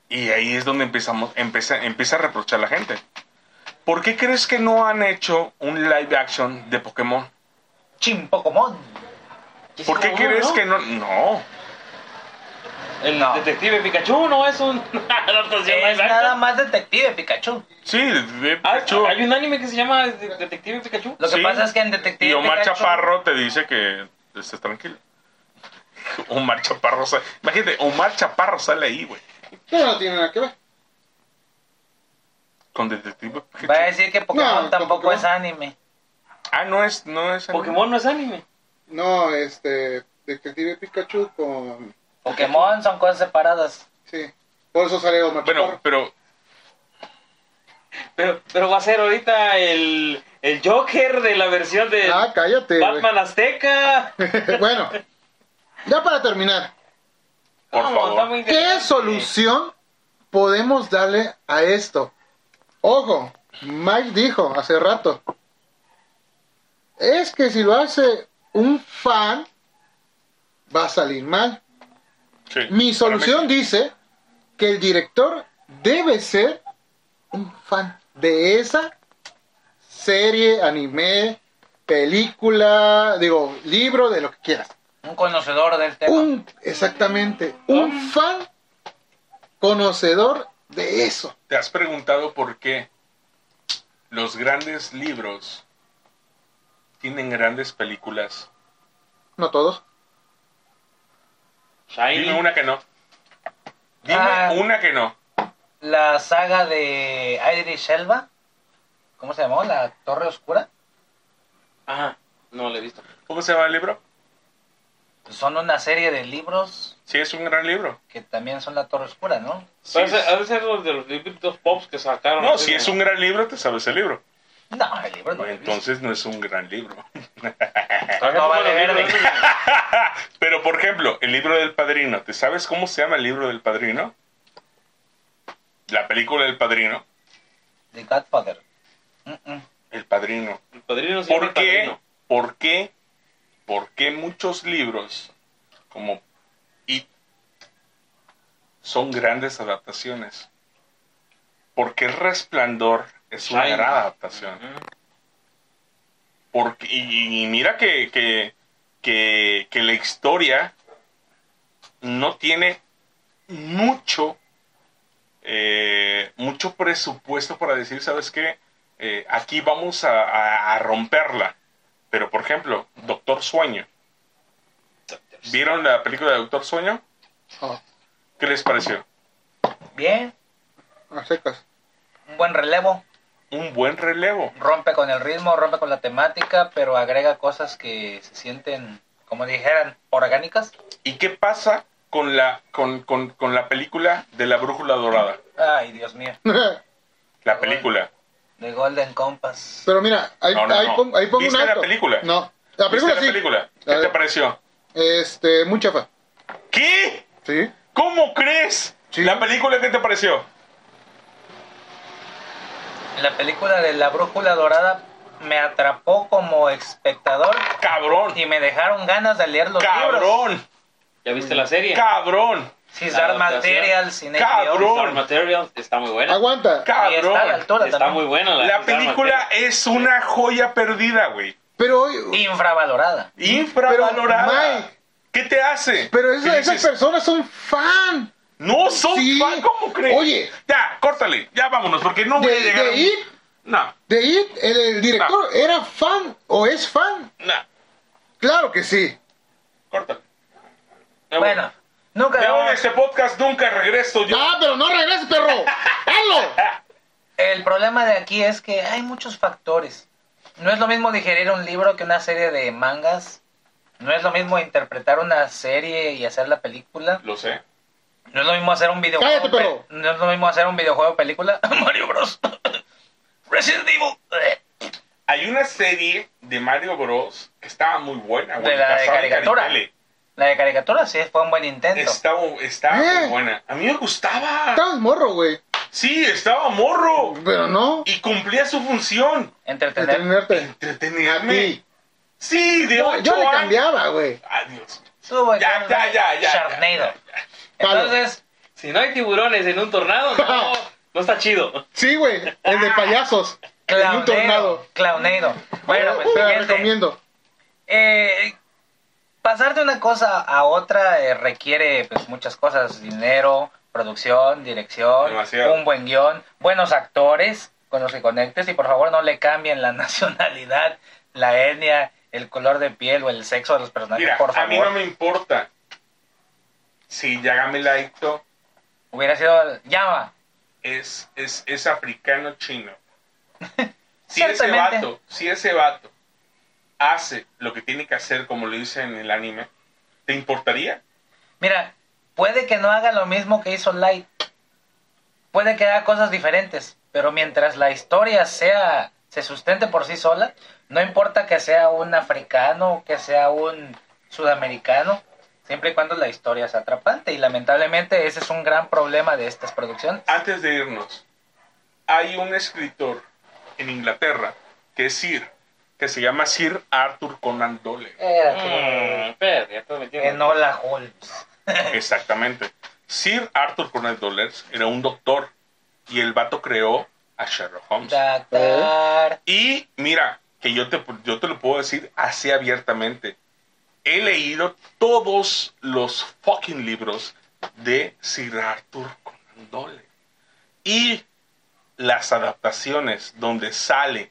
Speaker 4: Y ahí es donde empezamos, empieza, empieza a reprochar la gente. ¿Por qué crees que no han hecho un live action de Pokémon?
Speaker 2: Chimpocomón.
Speaker 4: ¿Por qué
Speaker 1: Sí,
Speaker 4: crees
Speaker 1: ¿no?
Speaker 4: que no? No.
Speaker 1: El
Speaker 2: No.
Speaker 1: detective Pikachu no es un... adaptación
Speaker 2: Es
Speaker 1: live action.
Speaker 2: nada más detective, Pikachu.
Speaker 4: Sí, de- de
Speaker 1: Ah,
Speaker 4: Pikachu.
Speaker 1: Hay un anime que se llama De- Detective Pikachu.
Speaker 2: Lo que
Speaker 4: Sí.
Speaker 2: pasa es que en detective
Speaker 4: Y Omar
Speaker 2: Pikachu-
Speaker 4: Chaparro te dice que estés tranquilo. Omar Chaparro sale. Imagínate, Omar Chaparro sale ahí, güey.
Speaker 3: No, no tiene nada que ver.
Speaker 4: Con Detective Pikachu.
Speaker 2: Va a decir que Pokémon
Speaker 3: No,
Speaker 2: tampoco
Speaker 3: Pokémon.
Speaker 2: es anime.
Speaker 4: Ah, no es, no es. anime.
Speaker 1: Pokémon no es anime.
Speaker 3: No, este, Detective Pikachu con...
Speaker 2: Pokémon son cosas separadas.
Speaker 3: Sí, por eso sale Omar
Speaker 4: Bueno,
Speaker 3: Chaparro.
Speaker 4: pero
Speaker 1: Pero, pero va a ser ahorita el, el Joker de la versión de
Speaker 3: Ah, cállate. güey.
Speaker 1: eh, Batman Azteca.
Speaker 3: bueno, ya para terminar,
Speaker 4: Por
Speaker 1: Vamos,
Speaker 4: favor.
Speaker 1: está muy
Speaker 3: ¿qué
Speaker 1: interesante.
Speaker 3: solución podemos darle a esto? Ojo, Mike dijo hace rato, es que si lo hace un fan, va a salir mal.
Speaker 4: sí,
Speaker 3: Mi solución
Speaker 4: para mí
Speaker 3: dice que el director debe ser un fan de esa serie, anime, película, digo, libro, de lo que quieras.
Speaker 2: Un conocedor del tema.
Speaker 3: Un, exactamente, un fan conocedor de eso.
Speaker 4: sí. ¿Te has preguntado por qué los grandes libros tienen grandes películas?
Speaker 3: No todos.
Speaker 1: Shiny.
Speaker 4: Dime una que no. Dime
Speaker 2: Ah.
Speaker 4: una que no.
Speaker 2: La saga de Iris Elba. ¿Cómo se llamó? La Torre Oscura.
Speaker 1: Ajá. No la he visto.
Speaker 4: ¿Cómo se llama el libro?
Speaker 2: Son una serie de libros
Speaker 4: Sí, es un gran libro.
Speaker 2: que también son la Torre Oscura, ¿no?
Speaker 4: Sí,
Speaker 1: Pero
Speaker 4: es-
Speaker 1: ese- ha de ser los de los libritos pops que
Speaker 2: Ah,
Speaker 1: sacaron.
Speaker 4: No,
Speaker 1: Así
Speaker 4: si
Speaker 1: de-
Speaker 4: es un gran libro, te sabes el libro.
Speaker 2: No, el libro no. lo he visto.
Speaker 4: Pues Entonces no es un gran libro.
Speaker 1: Ajá,
Speaker 2: no
Speaker 1: como
Speaker 2: vale
Speaker 1: los libros
Speaker 2: verde.
Speaker 1: esos.
Speaker 4: Pero, por ejemplo, el libro del padrino. ¿Te sabes cómo se llama el libro del padrino? La película del padrino.
Speaker 2: The Godfather. Mm, mm.
Speaker 4: El Padrino.
Speaker 1: El padrino se llama
Speaker 4: ¿Por
Speaker 1: El
Speaker 4: qué?
Speaker 1: Padrino.
Speaker 4: ¿Por qué? ¿Por qué muchos libros como It son grandes adaptaciones? Porque El Resplandor es una
Speaker 1: Shining.
Speaker 4: gran adaptación. Porque, y, y mira que, que, que, que la historia no tiene mucho, eh, mucho presupuesto para decir, ¿sabes qué? Eh, aquí vamos a, a- a romperla. Pero, por ejemplo, Doctor Sueño. ¿Vieron la película de Doctor Sueño?
Speaker 3: Ah,
Speaker 4: ¿Qué les pareció?
Speaker 2: Bien,
Speaker 3: a secas.
Speaker 2: un buen relevo.
Speaker 4: Un buen relevo.
Speaker 2: Rompe con el ritmo, rompe con la temática, pero agrega cosas que se sienten, como dijeran, orgánicas.
Speaker 4: ¿Y qué pasa con la, con, con- con la película de la Brújula Dorada?
Speaker 2: Ay, Dios mío.
Speaker 4: La película.
Speaker 2: De Golden Compass.
Speaker 3: Pero mira, ahí,
Speaker 4: No, no,
Speaker 3: ahí
Speaker 4: no.
Speaker 3: pongo, ahí pongo
Speaker 4: ¿Viste
Speaker 3: un alto.
Speaker 4: la película?
Speaker 3: No. La película sí.
Speaker 4: ¿Viste la película? ¿Qué
Speaker 3: La de-
Speaker 4: te pareció?
Speaker 3: Este, muy chafa.
Speaker 4: ¿Qué?
Speaker 3: Sí.
Speaker 4: ¿Cómo crees?
Speaker 3: Sí.
Speaker 4: ¿La película qué te pareció?
Speaker 2: La película de La Brújula Dorada me atrapó como espectador
Speaker 4: Cabrón.
Speaker 2: y me dejaron ganas de leer los libros.
Speaker 4: Cabrón.
Speaker 1: ¿Ya viste la serie?
Speaker 4: Cabrón.
Speaker 2: Cisar
Speaker 1: La adaptación.
Speaker 2: Materials y
Speaker 4: Cabrón.
Speaker 1: Star Materials está muy buena.
Speaker 3: Aguanta.
Speaker 2: Y está a la
Speaker 4: Cabrón.
Speaker 2: altura
Speaker 1: Está
Speaker 2: también.
Speaker 1: muy buena la,
Speaker 4: La
Speaker 1: Star
Speaker 4: película
Speaker 1: Materials.
Speaker 4: es una joya perdida, güey.
Speaker 3: Pero hoy.
Speaker 2: Infravalorada.
Speaker 3: Pero,
Speaker 4: Infravalorada.
Speaker 3: Mike.
Speaker 4: ¿Qué te hace?
Speaker 3: Pero
Speaker 4: Que
Speaker 3: esa- esas
Speaker 4: dices,
Speaker 3: personas son fan.
Speaker 4: No son
Speaker 3: Sí.
Speaker 4: fan, ¿cómo crees?
Speaker 3: Oye.
Speaker 4: Ya, córtale, ya vámonos, porque no voy
Speaker 3: De,
Speaker 4: a llegar
Speaker 3: de
Speaker 4: a un- Ah.
Speaker 3: It,
Speaker 4: No,
Speaker 3: de It, el, el director era fan o es fan.
Speaker 4: no,
Speaker 3: Claro que sí.
Speaker 4: córtale. Me voy.
Speaker 2: Bueno, nunca
Speaker 4: Me voy de
Speaker 2: vamos-
Speaker 4: este podcast, nunca regreso yo.
Speaker 3: Ah, pero no regreses, perro. ¡Hazlo!
Speaker 2: El problema de aquí es que hay muchos factores. No es lo mismo digerir un libro que una serie de mangas. No es lo mismo interpretar una serie y hacer la película.
Speaker 4: Lo sé.
Speaker 2: No es lo mismo hacer un videojuego.
Speaker 3: Cállate, perro.
Speaker 2: pe- No es lo mismo hacer un videojuego película. Mario Bros. Resident Evil.
Speaker 4: Hay una serie de Mario Bros. que estaba muy buena, güey.
Speaker 2: De la de
Speaker 4: basada en
Speaker 2: caricatura.
Speaker 4: Caribele.
Speaker 2: La de caricatura sí fue un buen intento.
Speaker 4: Estaba, estaba
Speaker 3: ¿Eh?
Speaker 4: muy buena. A mí me gustaba.
Speaker 3: Estabas morro, güey.
Speaker 4: Sí, estaba morro.
Speaker 3: Pero no.
Speaker 4: Y cumplía su función.
Speaker 2: Entretener.
Speaker 3: Detenerte. A
Speaker 4: Entretenerme.
Speaker 3: ti.
Speaker 4: Sí, de
Speaker 3: Yo,
Speaker 4: ocho
Speaker 3: yo le
Speaker 4: años.
Speaker 3: cambiaba, güey.
Speaker 4: Adiós.
Speaker 2: Estuvo
Speaker 4: Ya,
Speaker 2: bueno,
Speaker 4: ya, ya, ya,
Speaker 2: Sharknado.
Speaker 4: ya, ya,
Speaker 3: Palo.
Speaker 2: Entonces,
Speaker 1: Si no hay tiburones en un tornado, no, no está chido.
Speaker 3: Sí, güey. El
Speaker 4: Ah.
Speaker 3: de payasos. En un
Speaker 2: Claunero.
Speaker 3: tornado.
Speaker 2: Claunero. Bueno, pues,
Speaker 3: te la
Speaker 2: siguiente.
Speaker 3: recomiendo.
Speaker 2: Eh, pasar de una cosa a otra eh, requiere pues, muchas cosas, dinero, producción, dirección,
Speaker 4: Demasiado.
Speaker 2: un buen guión, buenos actores con los que conectes y por favor no le cambien la nacionalidad, la etnia, el color de piel o el sexo de los personajes,
Speaker 4: Mira,
Speaker 2: por
Speaker 4: a
Speaker 2: favor.
Speaker 4: mí no me importa. Si Yagami Laito
Speaker 2: Hubiera sido llama.
Speaker 4: es, es, es africano chino. Si ese
Speaker 2: Ciertamente.
Speaker 4: vato, si ese vato hace lo que tiene que hacer como lo dice en el anime, ¿te importaría?
Speaker 2: Mira, puede que no haga lo mismo que hizo Light. Puede que haga cosas diferentes, pero mientras la historia sea se sustente por sí sola, no importa que sea un africano, que sea un sudamericano, siempre y cuando la historia sea atrapante y lamentablemente ese es un gran problema de estas producciones.
Speaker 4: Antes de irnos, hay un escritor en Inglaterra que es Sir, que se llama Sir Arthur Conan Doyle.
Speaker 2: Eh,
Speaker 1: Mm, pero ya te metieron.
Speaker 2: Enola Holmes.
Speaker 4: Exactamente. Sir Arthur Conan Doyle era un doctor y el vato creó a Sherlock Holmes.
Speaker 2: Doctor.
Speaker 4: Y mira, que yo te, yo te lo puedo decir así abiertamente. He leído todos los fucking libros de Sir Arthur Conan Doyle. Y las adaptaciones donde sale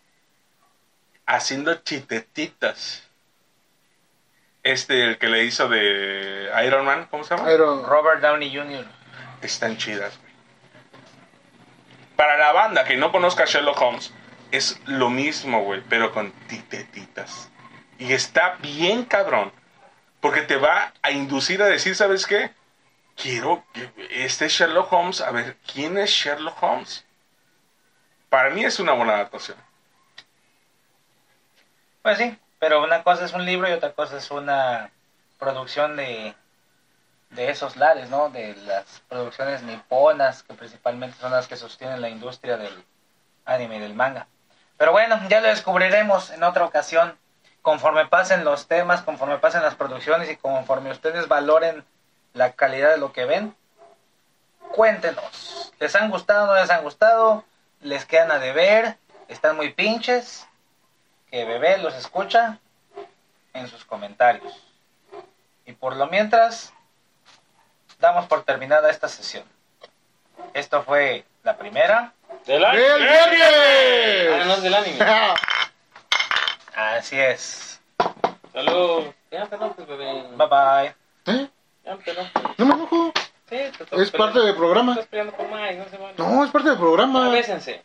Speaker 4: haciendo chitetitas. Este, el que le hizo de Iron Man, ¿cómo se llama?
Speaker 3: Pero,
Speaker 2: Robert Downey Jr.
Speaker 4: están chidas. güey. Para la banda que no conozca a Sherlock Holmes, es lo mismo, güey, pero con titetitas. Y está bien cabrón, porque te va a inducir a decir, ¿sabes qué? Quiero que este Sherlock Holmes, a ver, ¿quién es Sherlock Holmes? Para mí es una buena adaptación.
Speaker 2: Pues sí, pero una cosa es un libro y otra cosa es una producción de, de esos lares, ¿no? De las producciones niponas, que principalmente son las que sostienen la industria del anime y del manga. Pero bueno, ya lo descubriremos en otra ocasión. Conforme pasen los temas, conforme pasen las producciones y conforme ustedes valoren la calidad de lo que ven, cuéntenos. ¿Les han gustado o no les han gustado? ¿Les quedan a deber? ¿Están muy pinches? Que bebé los escucha en sus comentarios. Y por lo mientras, damos por terminada esta sesión. Esto fue la primera.
Speaker 1: Del anime.
Speaker 3: ¡Del
Speaker 1: Ah, no
Speaker 3: viernes!
Speaker 1: es del anime.
Speaker 2: Así es.
Speaker 1: Salud. Ya no te enojes, bebé.
Speaker 2: Bye bye.
Speaker 3: ¿Eh?
Speaker 1: Ya no te enojes.
Speaker 3: No me enojo.
Speaker 1: Sí, te estás
Speaker 3: Es
Speaker 1: peleando.
Speaker 3: parte del programa.
Speaker 1: Estás peleando con Mike, no se vale.
Speaker 3: No, es parte del programa.
Speaker 1: Bésense.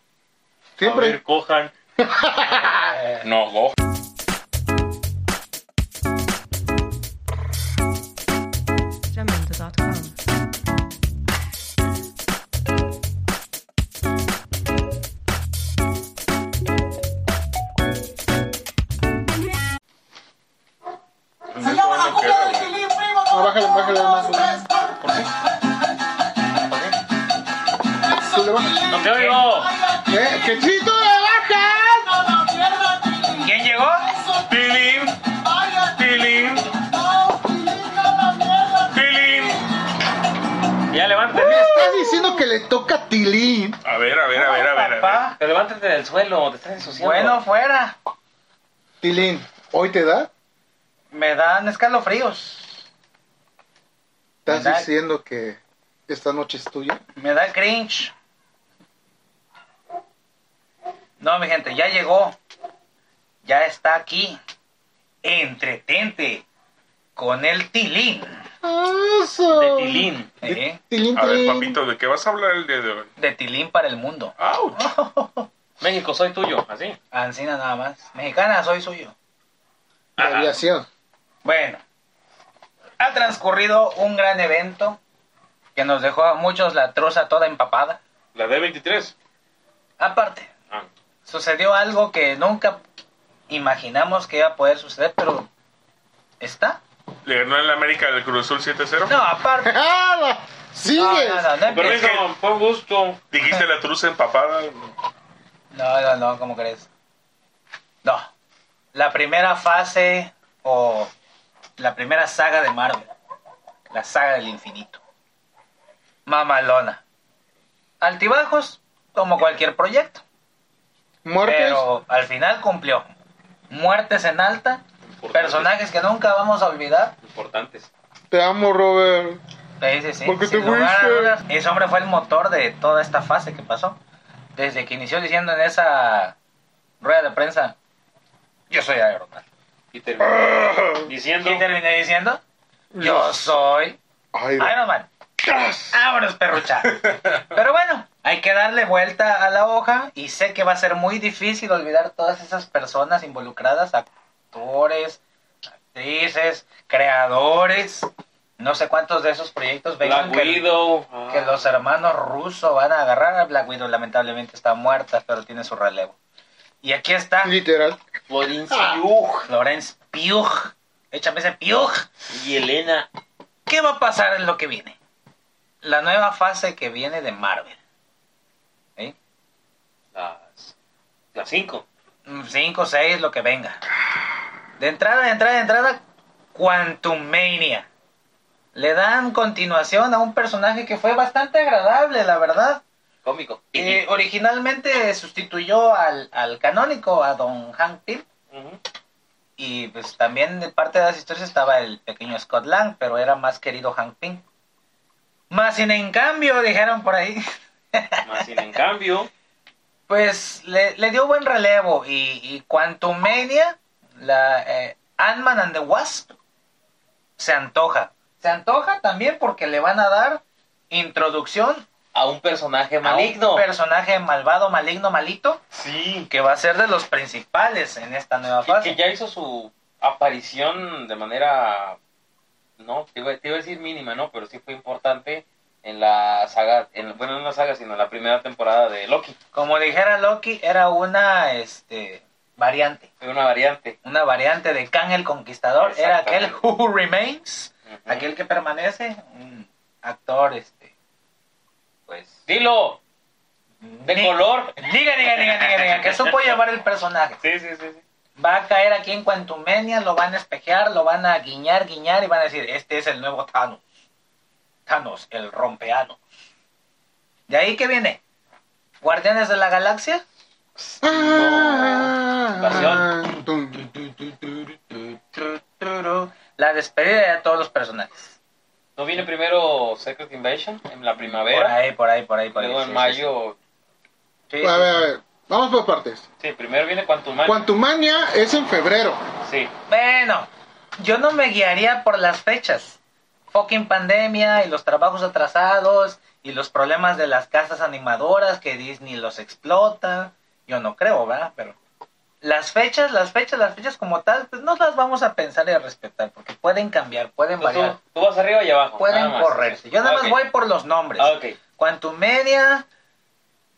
Speaker 3: Siempre.
Speaker 4: A ver, cojan.
Speaker 2: Eh,
Speaker 4: No, cojan.
Speaker 5: Jamendo.com.
Speaker 6: Se llama la cumbia del Chilín, primo.
Speaker 3: Ah, bájale, bájale más.
Speaker 6: Dos, tres, cuatro.
Speaker 3: ¿Tú le bajas?
Speaker 1: ¡No te oigo!
Speaker 3: ¿Eh? ¡Que sí, tú le bajas!
Speaker 6: No, no, mierda, Chilín.
Speaker 2: ¿Quién llegó?
Speaker 4: Tilín,
Speaker 6: Vaya,
Speaker 4: tilín,
Speaker 6: no, Chilín, no, la mierda.
Speaker 4: tilín.
Speaker 1: Ya levántate.
Speaker 3: Estás diciendo que le toca a Tilín.
Speaker 4: A ver, a ver, a ver, a ver. a ver.
Speaker 2: Papá.
Speaker 1: Pero levántate del suelo, te estás ensuciando.
Speaker 2: Bueno, fuera.
Speaker 3: Tilín, ¿hoy te da?
Speaker 2: Me dan escalofríos.
Speaker 3: Estás
Speaker 2: ¿Verdad?
Speaker 3: diciendo que esta noche es tuya.
Speaker 2: Me da cringe. No, mi gente, ya llegó. Ya está aquí. Entretente. Con el tilín.
Speaker 3: ¡Eso!
Speaker 1: De tilín.
Speaker 2: ¿eh?
Speaker 3: Tilín,
Speaker 4: A ver,
Speaker 3: tilín.
Speaker 4: papito, ¿de qué vas a hablar el día de hoy?
Speaker 2: De tilín para el mundo.
Speaker 4: ¡Auch!
Speaker 1: México, soy tuyo. Así.
Speaker 2: Ancina nada más. Mexicana, soy suyo.
Speaker 3: De aviación.
Speaker 2: Bueno, ha transcurrido un gran evento que nos dejó a muchos la troza toda empapada.
Speaker 4: La D23.
Speaker 2: Aparte,
Speaker 4: Ah.
Speaker 2: sucedió algo que nunca imaginamos que iba a poder suceder, pero está.
Speaker 4: ¿Le ganó el América del Cruz Azul 7-0?
Speaker 2: No, aparte.
Speaker 3: ¡Ah! la- ¡Sigues!
Speaker 2: No, no, no, no,
Speaker 4: Pero es
Speaker 2: empiezo.
Speaker 4: que
Speaker 1: fue un gusto.
Speaker 4: dijiste la truza empapada.
Speaker 2: no, no, no, ¿cómo crees? No. La primera fase o la primera saga de Marvel. La saga del infinito. Mamalona. Altibajos, como cualquier proyecto.
Speaker 3: Muertes.
Speaker 2: Pero al final cumplió. Muertes en alta,
Speaker 1: Importantes.
Speaker 2: personajes que nunca vamos a olvidar.
Speaker 1: Importantes.
Speaker 3: Te amo, Robert.
Speaker 2: Sí, sí, sí.
Speaker 3: Porque
Speaker 2: Sin
Speaker 3: te
Speaker 2: lugar a
Speaker 3: fuiste.
Speaker 2: dudas, ese hombre fue el motor de toda esta fase que pasó. Desde que inició diciendo en esa rueda de prensa, yo soy Iron Man.
Speaker 1: Y terminé diciendo.
Speaker 2: ¿Quién terminé diciendo? Yo soy
Speaker 3: Ay,
Speaker 2: Iron Man. Vámonos, perrucha. Pero bueno, hay que darle vuelta a la hoja y sé que va a ser muy difícil olvidar todas esas personas involucradas, actores, actrices, creadores, no sé cuántos de esos proyectos vengan
Speaker 1: Black
Speaker 2: que,
Speaker 1: Widow.
Speaker 2: que
Speaker 1: Ah.
Speaker 2: los hermanos rusos van a agarrar a Black Widow, lamentablemente está muerta, pero tiene su relevo. Y aquí está
Speaker 3: literal.
Speaker 1: Florence
Speaker 3: Ah.
Speaker 1: Pugh
Speaker 2: Florence Pugh, échame ese Pugh.
Speaker 1: y Elena.
Speaker 2: ¿Qué va a pasar en lo que viene? La nueva fase que viene de Marvel. ¿sí?
Speaker 1: Las, las cinco.
Speaker 2: 5, 6, lo que venga. De entrada, de entrada, de entrada, Quantumania. Le dan continuación a un personaje que fue bastante agradable, la verdad.
Speaker 1: Cómico.
Speaker 2: Eh, originalmente sustituyó al, al canónico, a Don Hank Pym.
Speaker 1: Ujú.
Speaker 2: Y pues también de parte de las historias estaba el pequeño Scott Lang, pero era más querido Hank Pym. Más sin en cambio, dijeron por ahí.
Speaker 1: Más sin en cambio,
Speaker 2: Pues le, le dio buen relevo y, y Quantumania, la eh, Ant-Man and the Wasp, se antoja. Se antoja también porque le van a dar introducción
Speaker 1: a un personaje
Speaker 2: a
Speaker 1: maligno.
Speaker 2: un personaje malvado, maligno, malito,
Speaker 1: sí.
Speaker 2: que va a ser de los principales en esta nueva
Speaker 1: Que, que
Speaker 2: fase.
Speaker 1: ya hizo su aparición de manera. No, te iba, te iba a decir mínima, ¿no? Pero sí fue importante en la saga. En, bueno, no en la saga, sino en la primera temporada de Loki.
Speaker 2: Como dijera Loki, era una este, variante,
Speaker 1: Fue una variante.
Speaker 2: una variante de Kang el Conquistador, era aquel
Speaker 1: Exactamente.
Speaker 2: Who Remains,
Speaker 1: Ujú.
Speaker 2: aquel que permanece, un actor este, pues
Speaker 1: ¡Dilo! De
Speaker 2: Ni-
Speaker 1: color.
Speaker 2: Diga, diga, diga, diga, diga, que supo llevar el personaje.
Speaker 1: Sí, sí, sí. sí.
Speaker 2: Va a caer aquí en Quantumania, lo van a espejear, lo van a guiñar, guiñar y van a decir, este es el nuevo Thanos. Thanos, el rompeano. ¿De ahí qué viene? ¿Guardianes de la Galaxia?
Speaker 3: Ah,
Speaker 1: Pasión.
Speaker 3: tum.
Speaker 2: La despedida de todos los personajes.
Speaker 1: ¿No viene primero Secret Invasion en la
Speaker 2: Por
Speaker 1: primavera?
Speaker 2: ahí, por ahí, por ahí, por ahí.
Speaker 1: Luego en
Speaker 2: sí, sí,
Speaker 1: mayo.
Speaker 2: sí. Sí,
Speaker 3: A
Speaker 2: sí,
Speaker 3: ver, a
Speaker 2: sí.
Speaker 3: ver. Vamos por partes.
Speaker 1: Sí, primero viene Quantumania.
Speaker 3: Quantumania es en febrero.
Speaker 1: Sí.
Speaker 2: Bueno, yo no me guiaría por las fechas. Fucking pandemia y los trabajos atrasados y los problemas de las casas animadoras que Disney los explota. Yo no creo, ¿verdad? Pero las fechas, las fechas, las fechas como tal, pues no las vamos a pensar y a respetar porque pueden cambiar, pueden
Speaker 1: Tú,
Speaker 2: variar,
Speaker 1: tú- tú vas arriba y abajo.
Speaker 2: pueden
Speaker 1: Pues nada más.
Speaker 2: correrse. Yo nada
Speaker 1: Ok.
Speaker 2: más voy por los nombres.
Speaker 1: Ah, ok.
Speaker 2: Quantumedia,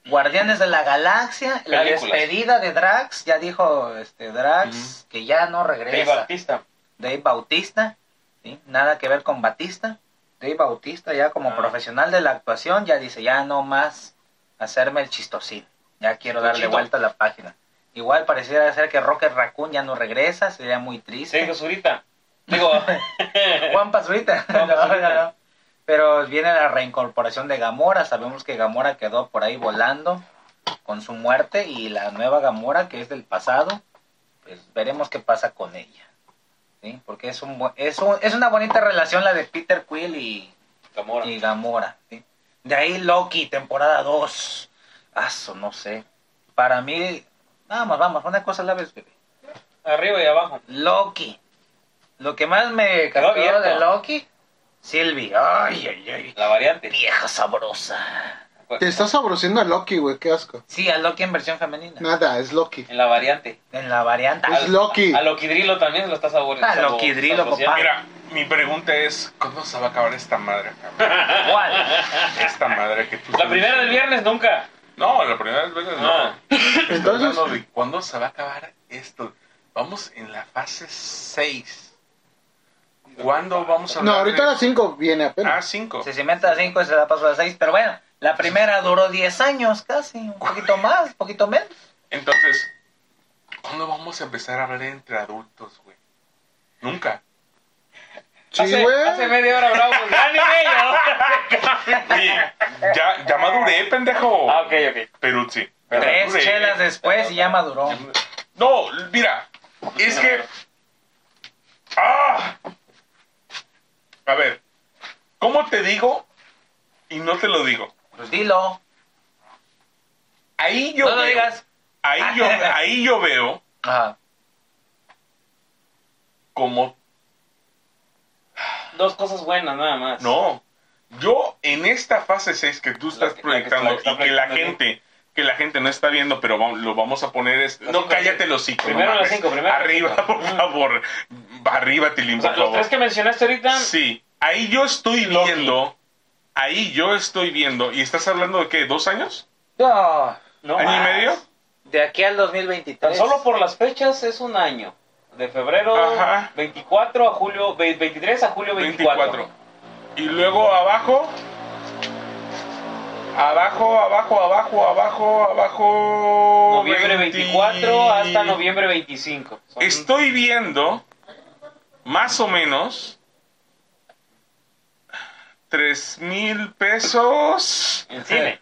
Speaker 2: Guardianes de la Galaxia, la
Speaker 1: Películas.
Speaker 2: despedida de Drax, ya dijo este Drax que ya no
Speaker 1: Dave
Speaker 2: regresa.
Speaker 1: Bautista.
Speaker 2: Dave Bautista, ¿sí? nada que ver con Batista. Dave Bautista ya como
Speaker 1: Ah.
Speaker 2: profesional de la actuación ya dice, ya no más hacerme el chistosín, ya quiero darle
Speaker 1: Chistosito.
Speaker 2: vuelta a la página. Igual pareciera ser que Rocket Raccoon ya no regresa, sería muy triste.
Speaker 1: Sergio Zurita. Digo.
Speaker 2: Juan Pazurita.
Speaker 1: Juan
Speaker 2: No,
Speaker 1: Pazurita.
Speaker 2: no, no. Pero viene la reincorporación de Gamora. Sabemos que Gamora quedó por ahí volando con su muerte y la nueva Gamora que es del pasado, pues veremos qué pasa con ella. ¿Sí? Porque es, un, bu- es, un- es una bonita relación la de Peter Quill y,
Speaker 1: Gamora.
Speaker 2: y Gamora. ¿sí? De ahí Loki, temporada 2. Aso, no sé. Para mí, vamos, vamos, una cosa a la vez, bebé.
Speaker 1: Arriba y abajo.
Speaker 2: Loki. Lo que más me
Speaker 1: Quedó
Speaker 2: cambió
Speaker 1: abierto.
Speaker 2: de Loki, Silvi. Ay, ay, ay.
Speaker 1: La variante.
Speaker 2: Vieja sabrosa.
Speaker 3: Te estás saboreando a Loki, güey. Qué asco.
Speaker 2: Sí, a Loki en versión femenina.
Speaker 3: Nada, es Loki.
Speaker 1: En la variante.
Speaker 2: En la variante.
Speaker 3: Es Loki.
Speaker 1: A Loquidrilo también se lo está saboreando.
Speaker 2: Ah, Loquidrilo, papá.
Speaker 4: Mira, mi pregunta es, ¿cuándo se va a acabar esta madre? cabrón?
Speaker 2: ¿Cuál?
Speaker 4: Esta madre que tú...
Speaker 1: La primera del viernes nunca.
Speaker 4: No, la primera del viernes
Speaker 1: Ah.
Speaker 4: no. Estoy
Speaker 3: Entonces-
Speaker 4: hablando de ¿Cuándo se va a acabar esto? Vamos en la fase 6. ¿Cuándo vamos a
Speaker 3: No,
Speaker 4: hablar
Speaker 3: ahorita
Speaker 4: de-
Speaker 3: a las 5 viene
Speaker 4: Ah,
Speaker 3: apenas.
Speaker 4: 5.
Speaker 2: Se cimenta a 5 y se da paso a 6. Pero bueno, la primera duró 10 años casi. Un poquito más, un poquito menos.
Speaker 4: Entonces, ¿cuándo vamos a empezar a hablar entre adultos, güey? Nunca.
Speaker 3: Sí,
Speaker 1: hace,
Speaker 3: güey.
Speaker 1: hace media hora hablábamos de anime y ahora-
Speaker 4: Oye, ya, ya maduré, pendejo.
Speaker 1: Ah, ok, ok.
Speaker 4: Pero sí. ya
Speaker 2: Tres
Speaker 4: maduré.
Speaker 2: chelas después y ya maduró.
Speaker 4: No, mira, es que. ¡Ah! A ver, ¿cómo te digo y no te lo digo?
Speaker 2: Pues dilo.
Speaker 4: Ahí yo
Speaker 2: No lo
Speaker 4: veo-
Speaker 2: digas.
Speaker 4: Ahí yo, ahí yo veo
Speaker 1: Ah.
Speaker 2: Ajá.
Speaker 4: como.
Speaker 1: Dos cosas buenas nada más.
Speaker 4: No. Yo en esta fase 6 que tú
Speaker 1: La
Speaker 4: estás
Speaker 1: que- la que-
Speaker 4: proyectando
Speaker 1: la que está
Speaker 4: y que la
Speaker 1: proyectando
Speaker 4: gente que la gente no está viendo, pero va- lo vamos a poner es...
Speaker 1: Las
Speaker 4: No,
Speaker 1: cinco,
Speaker 4: cállate
Speaker 1: sí.
Speaker 4: los cinco.
Speaker 1: Primero
Speaker 4: no
Speaker 1: las
Speaker 4: mames.
Speaker 1: cinco, primero las
Speaker 4: Arriba,
Speaker 1: cinco. Mm.
Speaker 4: por favor. Arriba, Tilín,
Speaker 1: O sea,
Speaker 4: por
Speaker 1: los
Speaker 4: favor.
Speaker 1: tres que mencionaste ahorita.
Speaker 4: Sí, ahí yo estoy
Speaker 1: Loki.
Speaker 4: viendo, ahí yo estoy viendo, y estás hablando de qué, dos años,
Speaker 2: No,
Speaker 1: No
Speaker 4: año
Speaker 1: más.
Speaker 4: y medio.
Speaker 2: De aquí al
Speaker 1: Tan
Speaker 2: 2023.
Speaker 1: solo por las fechas es un año. De febrero
Speaker 4: Ajá.
Speaker 1: 24 a julio, ve- 23 a julio 24.
Speaker 4: 24. Y luego abajo. Abajo, abajo, abajo, abajo, abajo.
Speaker 1: Noviembre
Speaker 4: 20.
Speaker 1: 24 hasta noviembre 25. Son-
Speaker 4: Estoy viendo más o menos tres mil pesos,
Speaker 1: En cine.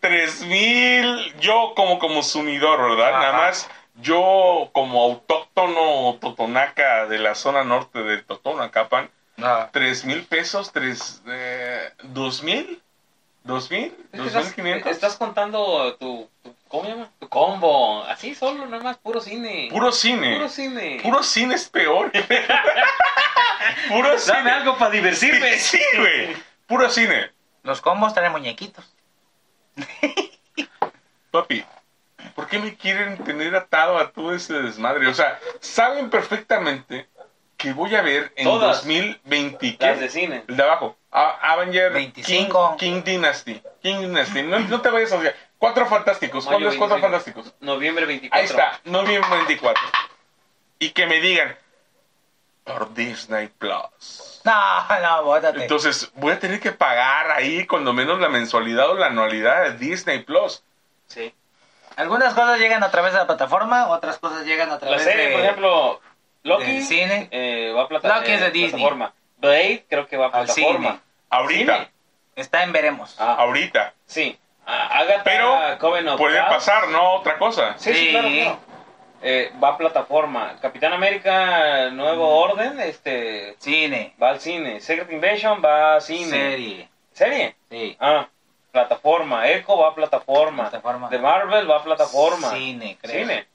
Speaker 4: tres mil. Yo como consumidor, ¿verdad? Nada
Speaker 2: Ajá.
Speaker 4: más yo como autóctono totonaca de la zona norte de Totonacapan,
Speaker 2: No.
Speaker 4: tres mil pesos, tres, eh, dos mil, dos mil,
Speaker 1: Es que
Speaker 4: dos mil
Speaker 1: estás,
Speaker 4: quinientos.
Speaker 1: estás contando tu, tu- ¿cómo se llama? Tu combo. Así solo, nada más, puro cine.
Speaker 4: Puro cine.
Speaker 1: Puro cine.
Speaker 4: Puro cine es peor. Puro cine.
Speaker 1: Dame algo para divertirme.
Speaker 4: Sí, sí, güey. Puro cine.
Speaker 2: Los combos traen muñequitos.
Speaker 4: Papi, ¿por qué me quieren tener atado a todo ese desmadre? O sea, saben perfectamente que voy a ver en
Speaker 1: Todas.
Speaker 4: 2020. ¿qué?
Speaker 1: Las de cine.
Speaker 4: El de abajo. A- Avenger
Speaker 2: 25.
Speaker 4: King, King Dynasty. King Dynasty. No, no te vayas a olvidar. Cuatro fantásticos.
Speaker 1: Mayo
Speaker 4: ¿Cuáles cuatro
Speaker 1: 25.
Speaker 4: fantásticos?
Speaker 1: Noviembre 24.
Speaker 4: Ahí está, noviembre 24. Y que me digan, por Disney Plus.
Speaker 2: No, no, bótate.
Speaker 4: Entonces, voy a tener que pagar ahí cuando menos la mensualidad o la anualidad de Disney Plus.
Speaker 1: Sí.
Speaker 2: Algunas cosas llegan a través de la plataforma, otras cosas llegan a
Speaker 1: La
Speaker 2: través
Speaker 1: serie,
Speaker 2: de...
Speaker 1: por ejemplo, Loki
Speaker 2: del cine.
Speaker 1: eh, va a plata-
Speaker 2: Loki es de
Speaker 1: eh,
Speaker 2: Disney.
Speaker 1: plataforma. Blade creo que va a
Speaker 2: Al
Speaker 1: plataforma.
Speaker 2: cine.
Speaker 4: Ahorita,
Speaker 1: Cine.
Speaker 2: Está en Veremos.
Speaker 1: Ah,
Speaker 4: ahorita.
Speaker 1: sí. Ah, Agatha
Speaker 4: Pero
Speaker 1: Coven of
Speaker 4: puede
Speaker 1: Chaos.
Speaker 4: pasar, ¿no? Otra cosa.
Speaker 1: Sí, sí,
Speaker 2: Sí.
Speaker 1: claro, claro. Eh, va a plataforma. Capitán América, Nuevo
Speaker 2: Mm.
Speaker 1: Orden, este
Speaker 2: Cine.
Speaker 1: va al cine. Secret Invasion va a cine.
Speaker 2: Serie.
Speaker 1: ¿Serie?
Speaker 2: Sí.
Speaker 1: Ah, plataforma. Echo va a plataforma.
Speaker 2: Plataforma.
Speaker 1: The Marvel va a plataforma.
Speaker 2: Cine, creo.
Speaker 1: Cine.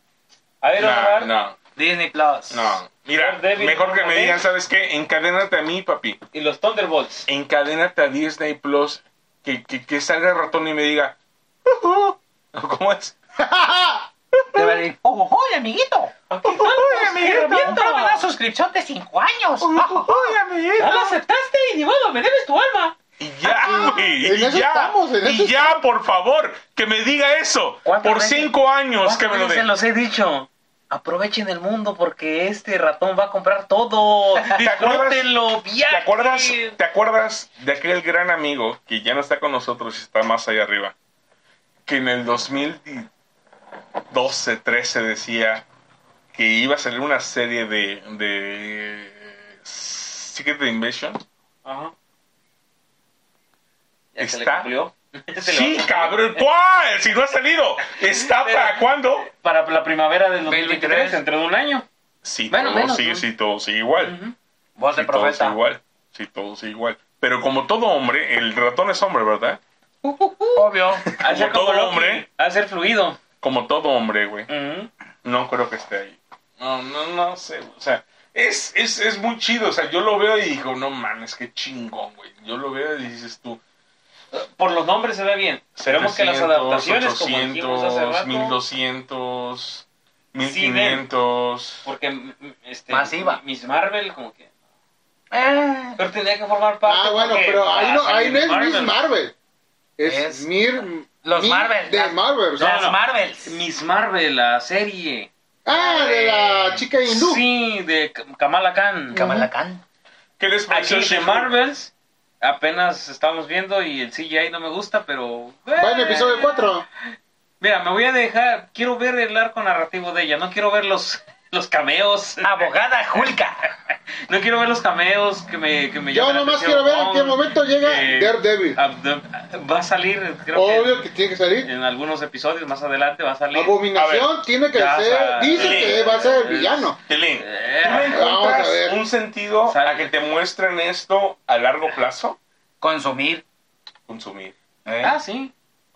Speaker 1: Iron
Speaker 4: No,
Speaker 1: Man
Speaker 4: no,
Speaker 2: Disney Plus.
Speaker 4: no. Mira,
Speaker 1: Daredevil,
Speaker 4: mejor que me
Speaker 1: Daredevil.
Speaker 4: digan, ¿sabes qué? Encadénate a mí, papi.
Speaker 1: y los Thunderbolts.
Speaker 4: Encadénate a Disney Plus. Que, que, que salga el ratón y me diga, "Ujú". ¿cómo es?
Speaker 2: Te va a decir, ¡Ojo, ojo, amiguito!
Speaker 4: Ah, Uy,
Speaker 2: Comprame una suscripción de 5 años. Ojo,
Speaker 4: amiguito.
Speaker 1: aceptaste y ni modo, me debes tu alma.
Speaker 4: Y ya, güey.
Speaker 3: Ah, en
Speaker 4: y
Speaker 3: eso
Speaker 4: ya,
Speaker 3: estamos, en
Speaker 4: y
Speaker 3: eso
Speaker 4: ya, por favor, que me diga eso.
Speaker 2: ¿Cuántas
Speaker 4: Por
Speaker 2: veces-
Speaker 4: cinco años que me lo
Speaker 2: se
Speaker 4: den.
Speaker 2: los he dicho. Aprovechen el mundo porque este ratón va a comprar todo.
Speaker 4: ¿Te acuerdas?
Speaker 2: Disfrútenlo,
Speaker 4: ¿Te acuerdas,
Speaker 2: viajen.
Speaker 4: ¿Te acuerdas de aquel gran amigo que ya no está con nosotros y está más allá arriba? Que en el 2012, 13 decía que iba a salir una serie de, de Secret Invasion.
Speaker 1: Ajá.
Speaker 4: ¿Está?
Speaker 1: se le cumplió? Este Se le
Speaker 4: Sí,
Speaker 1: cumplió.
Speaker 4: cabrón, ¿cuál? Si no ha salido. ¿Está para cuándo?
Speaker 1: Para la primavera del 2023,
Speaker 2: 23,
Speaker 1: dentro de un año.
Speaker 4: Sí,
Speaker 1: Bueno,
Speaker 4: todo
Speaker 1: menos,
Speaker 4: sigue,
Speaker 1: ¿no?
Speaker 4: sí, todo sigue igual.
Speaker 2: Voz
Speaker 4: Sí,
Speaker 2: de
Speaker 4: todo es
Speaker 2: profeta.
Speaker 4: igual. Sí, todo es igual. Pero como todo hombre, el ratón es hombre, ¿verdad?
Speaker 2: Obvio.
Speaker 1: Al ser
Speaker 4: Como
Speaker 1: como
Speaker 4: todo
Speaker 1: Loki,
Speaker 4: hombre.
Speaker 1: al ser fluido.
Speaker 4: Como todo hombre, güey.
Speaker 1: Ujú.
Speaker 4: No creo que esté ahí. No, no, no sé. O sea, es, es, es muy chido. O sea, yo lo veo y digo, no mames, qué chingón, güey. Yo lo veo y dices tú,
Speaker 1: Por los nombres se ve bien. Esperemos que las
Speaker 4: 700,
Speaker 1: adaptaciones, como dijimos hace rato,
Speaker 4: 1200,
Speaker 1: Sí,
Speaker 4: 1500.
Speaker 1: porque mm, este,
Speaker 2: Masiva.
Speaker 1: Miss Marvel, como que.
Speaker 2: Eh,
Speaker 1: Pero tenía que formar parte.
Speaker 3: Ah, bueno,
Speaker 1: porque
Speaker 3: pero ahí no,
Speaker 1: va a
Speaker 3: ahí no es
Speaker 1: salir
Speaker 3: Miss Marvel. Es,
Speaker 2: Es-
Speaker 3: Mir.
Speaker 2: Los
Speaker 3: Mir
Speaker 2: Marvel,
Speaker 3: De
Speaker 2: las-
Speaker 3: Marvel. o sea.
Speaker 2: Las
Speaker 1: no.
Speaker 2: Marvels.
Speaker 1: Miss Marvel, la serie.
Speaker 3: Ah, de la chica hindú.
Speaker 1: Sí, de K- Kamala Khan.
Speaker 2: Kamala Khan.
Speaker 4: ¿Qué les pareció
Speaker 1: Aquí de
Speaker 4: She-Hulk?
Speaker 1: Marvels apenas estamos viendo y el CGI no me gusta, pero... eh,
Speaker 3: Va en episodio 4.
Speaker 1: Mira, me voy a dejar... Quiero ver el arco narrativo de ella, no quiero ver los, los cameos.
Speaker 3: Ah,
Speaker 2: Abogada Julka.
Speaker 1: No quiero ver los cameos que me... Que me
Speaker 3: Yo
Speaker 1: llaman la
Speaker 3: nomás quiero
Speaker 1: atención.
Speaker 3: ver en qué
Speaker 1: Kong,
Speaker 3: momento llega
Speaker 1: eh,
Speaker 3: Daredevil.
Speaker 1: Abdo- Va a salir, creo
Speaker 3: Obvio
Speaker 1: que
Speaker 3: que tiene que salir.
Speaker 1: en algunos episodios más adelante va a salir...
Speaker 4: A
Speaker 3: Abominación tiene que
Speaker 1: ya, o
Speaker 3: ser.
Speaker 1: sea,
Speaker 3: Dice
Speaker 4: sí,
Speaker 3: que va a ser el
Speaker 1: es-
Speaker 3: villano.
Speaker 4: Tilín, ¿tú
Speaker 1: Eh,
Speaker 4: le
Speaker 3: vamos a
Speaker 4: encuentras
Speaker 3: ver.
Speaker 4: un sentido a
Speaker 1: Sale.
Speaker 4: que te muestren esto a largo plazo?
Speaker 2: Consumir.
Speaker 4: Consumir.
Speaker 2: Eh.
Speaker 1: Ah, sí.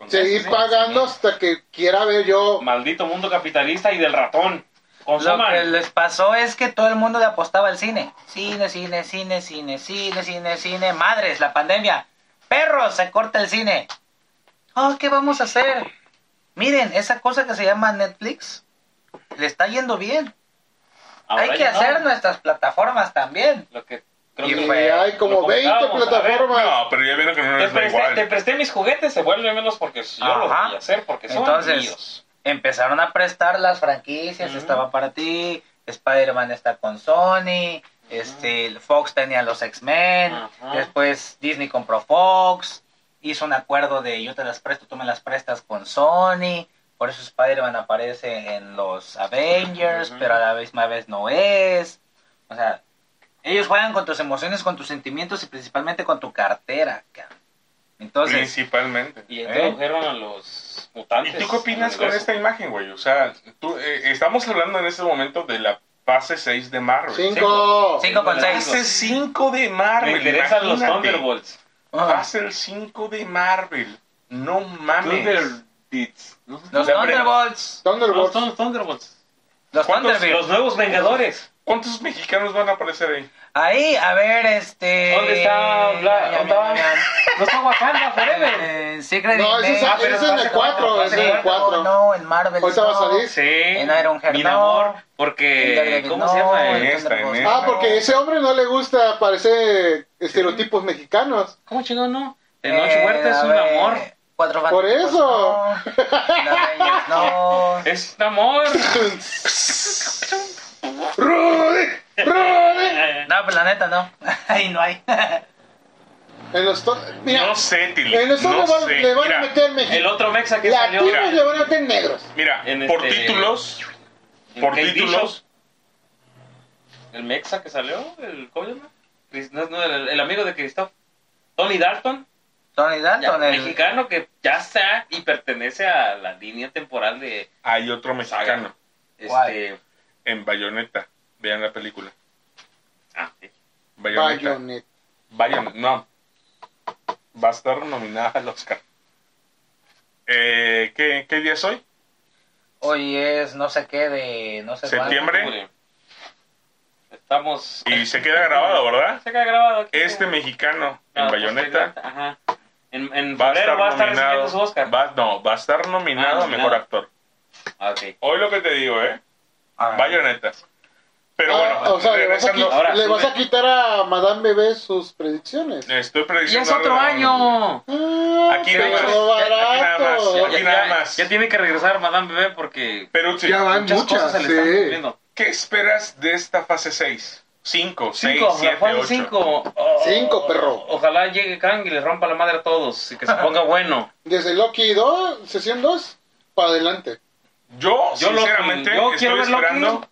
Speaker 3: Seguir
Speaker 1: sí,
Speaker 3: pagando hasta que quiera ver yo.
Speaker 1: Maldito mundo capitalista y del ratón.
Speaker 2: Lo
Speaker 1: Consuman.
Speaker 2: que les pasó es que todo el mundo le apostaba al cine. Cine, cine, cine, cine, cine, cine, cine. Madres, la pandemia. Perros, se corta el cine. Oh, ¿qué vamos a hacer? Miren, esa cosa que se llama Netflix le está yendo bien.
Speaker 1: Ahora
Speaker 2: Hay que
Speaker 1: ya no.
Speaker 2: hacer nuestras plataformas también.
Speaker 1: Lo que
Speaker 3: Y
Speaker 1: creo que
Speaker 2: fue-
Speaker 3: hay
Speaker 1: lo
Speaker 3: como 20
Speaker 1: comentábamos, a ver,
Speaker 3: plataformas.
Speaker 4: No, pero ya vieron que no
Speaker 1: Te
Speaker 4: les da
Speaker 1: presté, te
Speaker 4: igual.
Speaker 1: presté mis juguetes, se vuelven menos porque yo
Speaker 2: Ajá.
Speaker 1: los voy a hacer, porque son
Speaker 2: Entonces,
Speaker 1: míos.
Speaker 2: Empezaron a prestar las franquicias.
Speaker 1: Ujú.
Speaker 2: Estaba para ti. Spider-Man está con Sony. Este, Fox tenía los X-Men.
Speaker 1: Ajá.
Speaker 2: Después Disney compró Fox. Hizo un acuerdo de yo te las presto, tú me las prestas con Sony. Por eso Spider-Man aparece en los Avengers,
Speaker 1: Ujú.
Speaker 2: pero a la misma vez no es. O sea, ellos juegan con tus emociones, con tus sentimientos y principalmente con tu cartera. cabrón. Entonces,
Speaker 4: Principalmente.
Speaker 1: Y
Speaker 2: ¿eh?
Speaker 1: introdujeron a los
Speaker 4: ¿Y
Speaker 1: mutantes.
Speaker 4: tú qué opinas
Speaker 1: al
Speaker 4: con
Speaker 1: universo.
Speaker 4: esta imagen, güey? O sea, tú, eh, estamos hablando en este momento de la fase 6 de Marvel.
Speaker 3: 5.
Speaker 2: 5 con 6.
Speaker 4: Fase 5 de
Speaker 1: Me
Speaker 4: Marvel.
Speaker 1: interesan los
Speaker 4: imagínate. Ah.
Speaker 1: Thunderbolts.
Speaker 2: ah,
Speaker 1: Ah,
Speaker 4: Fase 5 de Marvel. No mames.
Speaker 1: Thunderbits. ¿no?
Speaker 2: Los
Speaker 4: La pre-
Speaker 2: Thunderbolts.
Speaker 1: No,
Speaker 3: Thunderbolts.
Speaker 1: son los Thunderbolts.
Speaker 2: Los
Speaker 4: ¿Cuántos-
Speaker 2: Thunderbolts.
Speaker 1: Los nuevos Vengadores.
Speaker 4: ¿Cuántos mexicanos van a aparecer ahí?
Speaker 2: Ahí, a ver, este.
Speaker 1: ¿Dónde está Bla-
Speaker 2: Ya, ya,
Speaker 1: ¿Dónde
Speaker 2: ya, ya.
Speaker 1: va? No está Wakanda Forever.
Speaker 2: Eh, Secret
Speaker 3: No, ese es-
Speaker 2: Invasion.
Speaker 3: ese es en el
Speaker 2: Ah,
Speaker 3: cuatro,
Speaker 2: pero
Speaker 3: ese es en el cuatro.
Speaker 2: No, en Marvel.
Speaker 3: Ahorita va a
Speaker 2: no.
Speaker 3: salir.
Speaker 1: Sí.
Speaker 2: En Iron Heart,
Speaker 1: Mi
Speaker 2: no.
Speaker 1: amor,
Speaker 2: En Eh,
Speaker 1: porque.
Speaker 2: Daredevil,
Speaker 1: Eh, ¿Cómo
Speaker 2: no,
Speaker 1: se llama?
Speaker 2: en
Speaker 4: En esta, en
Speaker 2: Thunderbolts,
Speaker 4: esta.
Speaker 3: Ah, porque ese hombre no le gusta parecer estereotipos mexicanos.
Speaker 1: ¿Cómo chingón no?
Speaker 2: Eh,
Speaker 1: El Noche Huerta es
Speaker 2: a
Speaker 1: un
Speaker 2: ver,
Speaker 1: amor.
Speaker 2: Cuatro
Speaker 3: Por
Speaker 2: fantásticos,
Speaker 3: eso.
Speaker 2: No. Los Reyes, no.
Speaker 1: Es un amor.
Speaker 3: Rudy, Rudy,
Speaker 2: pues la neta no. Ahí no hay.
Speaker 3: En los to- Mira,
Speaker 4: no sé, Tilly.
Speaker 3: en los top
Speaker 4: no
Speaker 3: le van,
Speaker 4: sé.
Speaker 3: le van
Speaker 4: Mira,
Speaker 3: a meter México.
Speaker 1: El otro Mexa que salió.
Speaker 3: Latinos
Speaker 1: mira,
Speaker 3: le van a meter negros.
Speaker 4: Mira,
Speaker 1: en
Speaker 4: por
Speaker 1: este-
Speaker 4: títulos, por
Speaker 1: el
Speaker 4: títulos,
Speaker 1: El Mexa que salió, el ¿cómo se llama? Chris- no, no, el, el amigo de Christoph. Tony Dalton,
Speaker 2: Tony
Speaker 1: ya,
Speaker 2: Dalton, el.
Speaker 1: mexicano que ya está y pertenece a la línea temporal de
Speaker 4: hay otro mexicano
Speaker 1: este
Speaker 4: en Bayonetta. Vean la película.
Speaker 1: ah, sí.
Speaker 4: Bayonetta.
Speaker 3: Bayonet.
Speaker 4: Bayonetta. No. Va a estar nominada al Oscar. Eh, ¿qué, ¿Qué día es hoy?
Speaker 2: Hoy es no sé qué de. No sé
Speaker 4: Septiembre.
Speaker 1: Estamos eh,
Speaker 4: Y se queda grabado, ¿verdad?
Speaker 1: Se queda grabado aquí.
Speaker 4: Este mexicano
Speaker 1: Ah,
Speaker 4: en Bayonetta
Speaker 1: Ajá. En, en
Speaker 4: va a
Speaker 1: febrero
Speaker 4: estar
Speaker 1: va a estar
Speaker 4: nominado.
Speaker 1: recibiendo su Oscar.
Speaker 4: Va- no, va a estar
Speaker 1: Ah,
Speaker 4: nominado a
Speaker 1: nominado.
Speaker 4: mejor actor.
Speaker 1: Ah, ok.
Speaker 4: Hoy lo que te digo, ¿eh?
Speaker 1: Ah.
Speaker 2: cuándo.
Speaker 4: Bayonetta. Pero
Speaker 3: Ah,
Speaker 4: bueno,
Speaker 3: o sea, le vas, a, qui-
Speaker 4: regresando.
Speaker 1: Ahora,
Speaker 3: le vas a
Speaker 1: sube.
Speaker 3: quitar a Madame Bebé sus predicciones.
Speaker 4: Estoy
Speaker 1: Y
Speaker 4: prediciendo.
Speaker 1: es otro
Speaker 4: algo.
Speaker 1: año.
Speaker 3: Ah,
Speaker 4: Aquí
Speaker 3: pero
Speaker 4: nada más, aquí nada más,
Speaker 3: barato.
Speaker 4: aquí nada más.
Speaker 1: ya tiene que regresar Madame Bebé porque
Speaker 4: Pero sí,
Speaker 3: Ya van
Speaker 1: muchas,
Speaker 3: Ah, muchas,
Speaker 1: cosas se le están
Speaker 3: sí.
Speaker 1: cumpliendo.
Speaker 4: ¿qué esperas de esta fase 6? 5, 6,
Speaker 1: Cinco,
Speaker 4: 7,
Speaker 1: Juan
Speaker 4: 8.
Speaker 1: cinco. Oh,
Speaker 3: Cinco, perro.
Speaker 1: Ojalá llegue Kang y les rompa la madre a todos y que se ponga bueno.
Speaker 3: Desde Loki 2, sesión 2, para adelante.
Speaker 4: Yo,
Speaker 1: Yo, Loki,
Speaker 4: sinceramente,
Speaker 1: yo quiero
Speaker 4: estoy
Speaker 1: ver Loki.
Speaker 4: esperando.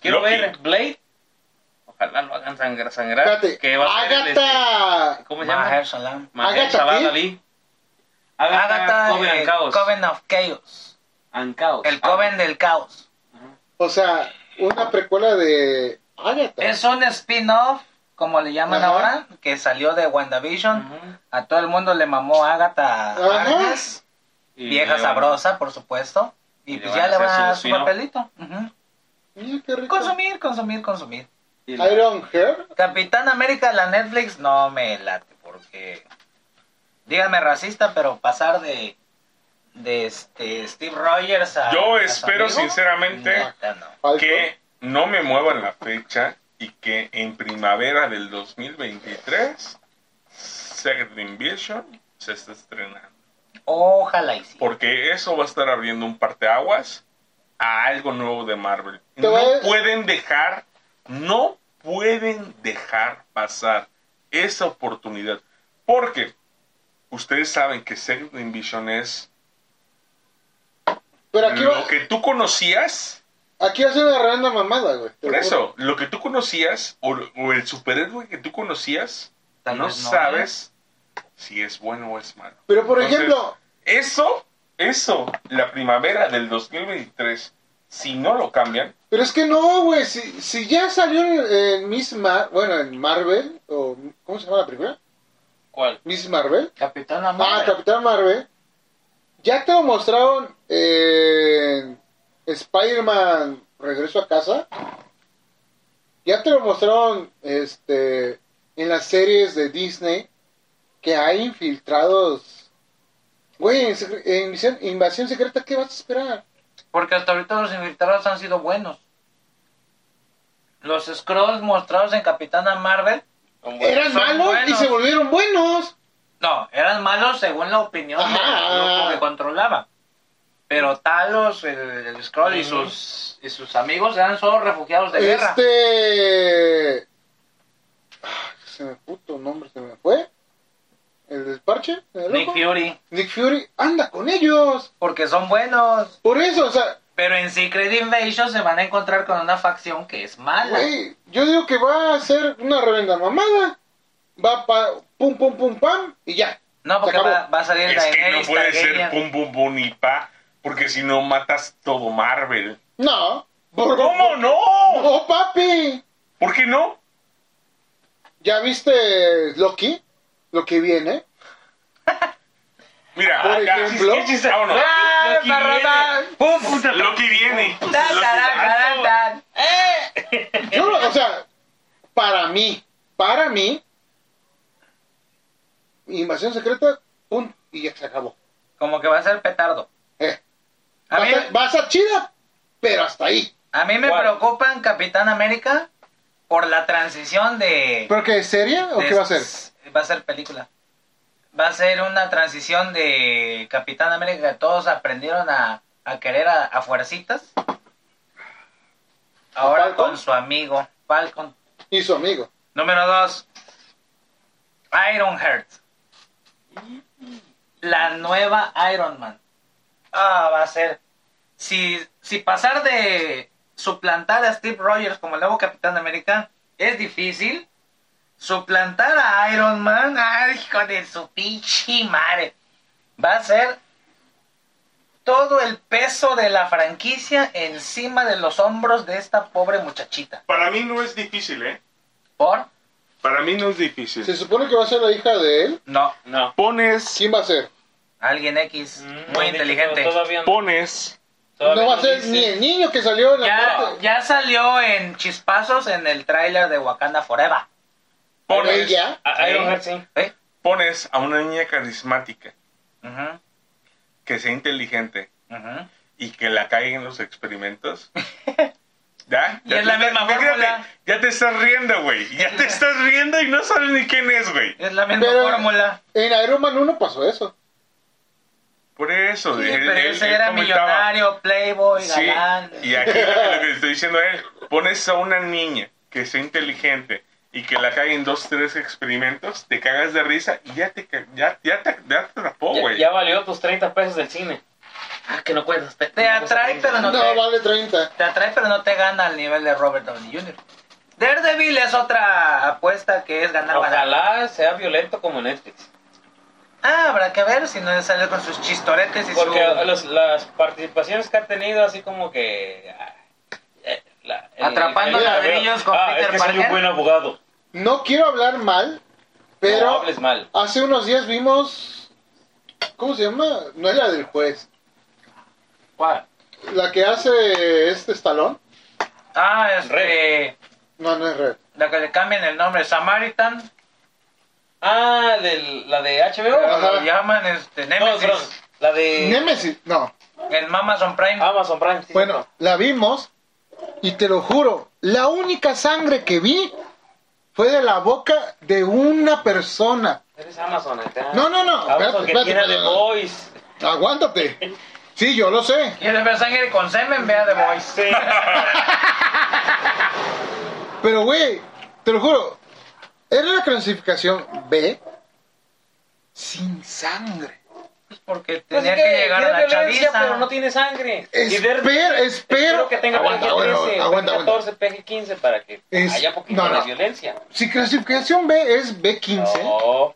Speaker 1: Quiero
Speaker 4: Loki.
Speaker 1: ver Blade. Ojalá lo hagan sangrar. sangrar
Speaker 3: Espérate,
Speaker 1: Ah, que va a ser el,
Speaker 3: Agatha.
Speaker 1: este, ¿Cómo se llama?
Speaker 2: Mahershala.
Speaker 1: Mahershala
Speaker 3: Agatha, ¿qué?
Speaker 1: Ali. Agatha,
Speaker 2: Agatha,
Speaker 1: Coven
Speaker 2: el
Speaker 1: and Chaos. Ah.
Speaker 2: Coven of Chaos.
Speaker 1: And Chaos.
Speaker 2: El Coven del Caos.
Speaker 3: O sea, una precuela de Agatha.
Speaker 2: Es un spin-off, como le llaman
Speaker 3: Ajá.
Speaker 2: ahora, que salió de WandaVision.
Speaker 1: Ujú.
Speaker 2: A todo el mundo le mamó Agatha
Speaker 3: Ajá.
Speaker 2: Harkness,
Speaker 1: Y
Speaker 2: vieja
Speaker 1: le van-
Speaker 2: sabrosa, por supuesto. Y,
Speaker 1: Y le
Speaker 2: pues
Speaker 1: van
Speaker 2: ya
Speaker 1: a
Speaker 2: le
Speaker 1: hacer
Speaker 2: va
Speaker 1: su
Speaker 2: a dar su
Speaker 1: spin-off.
Speaker 2: papelito. Ujú.
Speaker 3: Mira, qué rico.
Speaker 2: Consumir, consumir, consumir.
Speaker 1: y le-
Speaker 3: Iron Hair.
Speaker 2: Capitán América, la Netflix, no me late, porque. Dígame racista, pero pasar de. De este Steve Rogers a.
Speaker 4: Yo
Speaker 2: a su
Speaker 4: espero,
Speaker 2: amigo,
Speaker 4: sinceramente,
Speaker 2: neta, no.
Speaker 3: Falcon.
Speaker 4: Que no me muevan la fecha y que en primavera del 2023 Secret Invasion se está estrenando.
Speaker 2: Ojalá y sí.
Speaker 4: Porque eso va a estar abriendo un parteaguas a algo nuevo de Marvel.
Speaker 3: Te voy
Speaker 4: No
Speaker 3: a-
Speaker 4: pueden dejar, no pueden dejar pasar esa oportunidad. Porque ustedes saben que Secret Invasion es
Speaker 3: Pero aquí va,
Speaker 4: lo que tú conocías.
Speaker 3: aquí va a ser una reverenda mamada, güey. Te
Speaker 4: Por
Speaker 3: lo juro.
Speaker 4: eso, lo que tú conocías o, o el superhéroe que tú conocías,
Speaker 2: Tal
Speaker 4: no
Speaker 2: vez no,
Speaker 4: sabes si es bueno o es malo.
Speaker 3: Pero por
Speaker 4: Entonces,
Speaker 3: ejemplo,
Speaker 4: Eso, eso, la primavera del 2023, si no lo cambian,
Speaker 3: pero es que no, güey. Si, si ya salió en, en Miss Mar bueno, en Marvel, o ¿cómo se llama la primera?
Speaker 1: ¿Cuál?
Speaker 3: Miss Marvel.
Speaker 2: Capitán
Speaker 3: Ah, Capitán Marvel. Ya te lo mostraron en Spider-Man Regreso a Casa. Ya te lo mostraron este, en las series de Disney que hay infiltrados. Güey, en, secre- en Invasión- Invasión Secreta, ¿qué vas a esperar?
Speaker 2: Porque hasta ahorita los infiltrados han sido buenos. Los scrolls mostrados en Capitana Marvel,
Speaker 1: Son buenos.
Speaker 3: Eran
Speaker 2: son
Speaker 3: malos y
Speaker 2: buenos.
Speaker 3: se volvieron buenos.
Speaker 2: no, eran malos según la opinión del
Speaker 3: Ajá.
Speaker 2: grupo que controlaba. Pero Talos, el, el scroll y sus y sus amigos eran solo refugiados de guerra.
Speaker 3: Este. Ah, Se me puto nombre, se me fue. El del parche. el
Speaker 2: Nick
Speaker 3: loco.
Speaker 2: Fury,
Speaker 3: Nick Fury anda con ellos.
Speaker 2: porque son buenos.
Speaker 3: Por eso, o sea,
Speaker 2: Pero en Secret Invasion se van a encontrar con una facción que es mala.
Speaker 3: güey, yo digo que va a ser una revenda mamada. Va pa pum pum pum pam y ya.
Speaker 2: No, porque
Speaker 3: Se acabó.
Speaker 2: va, va a salir
Speaker 4: es que no
Speaker 2: Daenerys
Speaker 4: puede ser
Speaker 2: Targaryen.
Speaker 4: pum pum pum y pa, porque si no matas todo Marvel.
Speaker 3: No. Por-
Speaker 4: ¿Cómo no?
Speaker 3: No, papi.
Speaker 4: ¿Por qué no?
Speaker 3: ¿Ya viste Loki? Lo que viene.
Speaker 4: Mira,
Speaker 3: Por
Speaker 4: acá,
Speaker 3: ejemplo.
Speaker 4: ¿qué chiste? Vámonos.
Speaker 2: ¡Ah,
Speaker 4: Loki
Speaker 2: perrota!
Speaker 4: viene.
Speaker 2: ¡Pum, pum,
Speaker 4: Loki viene.
Speaker 2: Tan,
Speaker 4: Loki-
Speaker 2: taran, taran, tan.
Speaker 3: Eh. Yo, no- o sea, para mí, para mí, Invasión Secreta, pum, y ya se acabó.
Speaker 2: Como que va a ser petardo.
Speaker 3: Eh,
Speaker 2: A
Speaker 3: va, a
Speaker 2: mí,
Speaker 3: ser, va a ser chida, pero hasta ahí.
Speaker 2: a mí me
Speaker 1: ¿Cuál?
Speaker 2: preocupan Capitán América por la transición de...
Speaker 3: ¿Pero qué, seria o
Speaker 2: de-
Speaker 3: qué va a ser?
Speaker 2: Va a ser película. Va a ser una transición de Capitán América que todos aprendieron a, a querer a, a fuercitas. Ahora
Speaker 3: Falcon?
Speaker 2: con su amigo Falcon.
Speaker 3: Y su amigo.
Speaker 2: Número 2. Iron Heart. La nueva Iron Man. Ah, va a ser. Si, si pasar de suplantar a Steve Rogers como el nuevo Capitán de América es difícil, suplantar a Iron Man, ay, hijo de su pinche madre, va a ser todo el peso de la franquicia encima de los hombros de esta pobre muchachita.
Speaker 4: Para mí no es difícil, ¿eh?
Speaker 2: ¿Por?
Speaker 4: Para mí no es difícil.
Speaker 3: Se supone que va a ser la hija de él.
Speaker 2: No.
Speaker 1: No.
Speaker 4: Pones,
Speaker 3: ¿Quién va a ser?
Speaker 2: Alguien X,
Speaker 1: Mm,
Speaker 2: muy
Speaker 1: no,
Speaker 2: inteligente.
Speaker 1: no, Todavía no.
Speaker 4: pones.
Speaker 1: todavía
Speaker 3: no va a ser
Speaker 1: dice.
Speaker 3: ni el niño que salió en la
Speaker 2: Ya,
Speaker 3: parte.
Speaker 2: ya salió en chispazos en el tráiler de Wakanda Forever.
Speaker 3: Él
Speaker 4: Pones,
Speaker 3: ya.
Speaker 1: A- Iron Heart, sí.
Speaker 2: ¿Eh?
Speaker 4: pones a una niña carismática,
Speaker 2: Ujú,
Speaker 4: que sea inteligente
Speaker 2: ujú.
Speaker 4: y que la caigan los experimentos. ¿Ya?
Speaker 2: Y
Speaker 4: ya
Speaker 2: es la
Speaker 4: te-
Speaker 2: misma
Speaker 4: fíjate,
Speaker 2: fórmula.
Speaker 4: Ya te estás riendo, güey. Ya te estás riendo y no sabes ni quién es, güey.
Speaker 2: Es la misma
Speaker 3: Pero-
Speaker 2: fórmula.
Speaker 3: En Iron Man 1 pasó eso.
Speaker 4: Por eso.
Speaker 2: Sí,
Speaker 4: él-
Speaker 2: pero
Speaker 4: él-
Speaker 2: ese
Speaker 4: él
Speaker 2: era
Speaker 4: comentaba.
Speaker 2: millonario, playboy,
Speaker 4: Sí,
Speaker 2: galán.
Speaker 4: y aquí lo que le estoy diciendo es, pones a una niña que sea inteligente y que la caiga en dos, tres experimentos, te cagas de risa y ya te, ca- ya, ya te, ya te
Speaker 2: Oh,
Speaker 4: atrapó,
Speaker 1: Ya,
Speaker 4: güey.
Speaker 1: ya valió tus 30 pesos del cine. Ah, que no cuentas.
Speaker 2: Te atrae,
Speaker 1: Ah,
Speaker 2: pero
Speaker 3: No,
Speaker 2: no te-
Speaker 3: vale 30.
Speaker 2: Te atrae, pero no te gana al nivel de Robert Downey Jr. Daredevil es otra apuesta que es ganar barato.
Speaker 1: Ojalá sea violento como Netflix.
Speaker 2: Ah, habrá que ver si no sale con sus chistoretes y
Speaker 1: Porque
Speaker 2: su...
Speaker 1: los- las participaciones que ha tenido, así como que. ah, eh, la- el-
Speaker 2: Atrapando
Speaker 1: el-
Speaker 2: ladrillos con
Speaker 1: ah,
Speaker 2: Peter
Speaker 1: es que soy un
Speaker 2: Parker.
Speaker 1: buen abogado.
Speaker 3: No quiero hablar mal, pero
Speaker 1: No hables mal.
Speaker 3: hace unos días vimos. ¿Cómo se llama? No es la del juez.
Speaker 1: ¿Cuál?
Speaker 3: La que hace este estalón.
Speaker 2: Ah, este...
Speaker 3: No, no es red.
Speaker 2: La que le cambian el nombre, Samaritan.
Speaker 1: Ah, de, la de HBO.
Speaker 3: Ajá.
Speaker 2: Lo llaman este,
Speaker 1: No,
Speaker 2: Nemesis.
Speaker 1: perdón, la de
Speaker 3: Nemesis, no.
Speaker 2: En Amazon Prime.
Speaker 1: Amazon Prime. sí.
Speaker 3: Bueno, la vimos y te lo juro, la única sangre que vi fue de la boca de una persona.
Speaker 1: Eres Amazon, acá.
Speaker 3: No, no, no,
Speaker 1: Amazon
Speaker 3: espérate,
Speaker 1: que
Speaker 3: espérate,
Speaker 1: tiene
Speaker 3: espérate,
Speaker 1: The
Speaker 3: no.
Speaker 1: Boys.
Speaker 3: Aguántate. Sí, yo lo sé.
Speaker 2: ¿Quieres ver sangre con semen? Vea The Voice.
Speaker 1: Sí.
Speaker 3: Pero, güey, te lo juro, era la clasificación B sin sangre.
Speaker 2: Porque
Speaker 1: Pues
Speaker 2: tenía
Speaker 1: es
Speaker 2: que, llegar a
Speaker 1: tiene
Speaker 2: la
Speaker 1: violencia,
Speaker 2: chaviza.
Speaker 1: pero no tiene sangre. Y
Speaker 3: Espera,
Speaker 1: Daredevil,
Speaker 3: espero-
Speaker 1: espero que tenga
Speaker 3: Aguanta,
Speaker 1: PG-13,
Speaker 3: aguanta, aguanta, aguanta.
Speaker 1: PG-14, PG-15 para que
Speaker 3: Es-
Speaker 1: haya poquito
Speaker 3: no, no.
Speaker 1: de violencia.
Speaker 3: Si clasificación B es B15,
Speaker 1: No,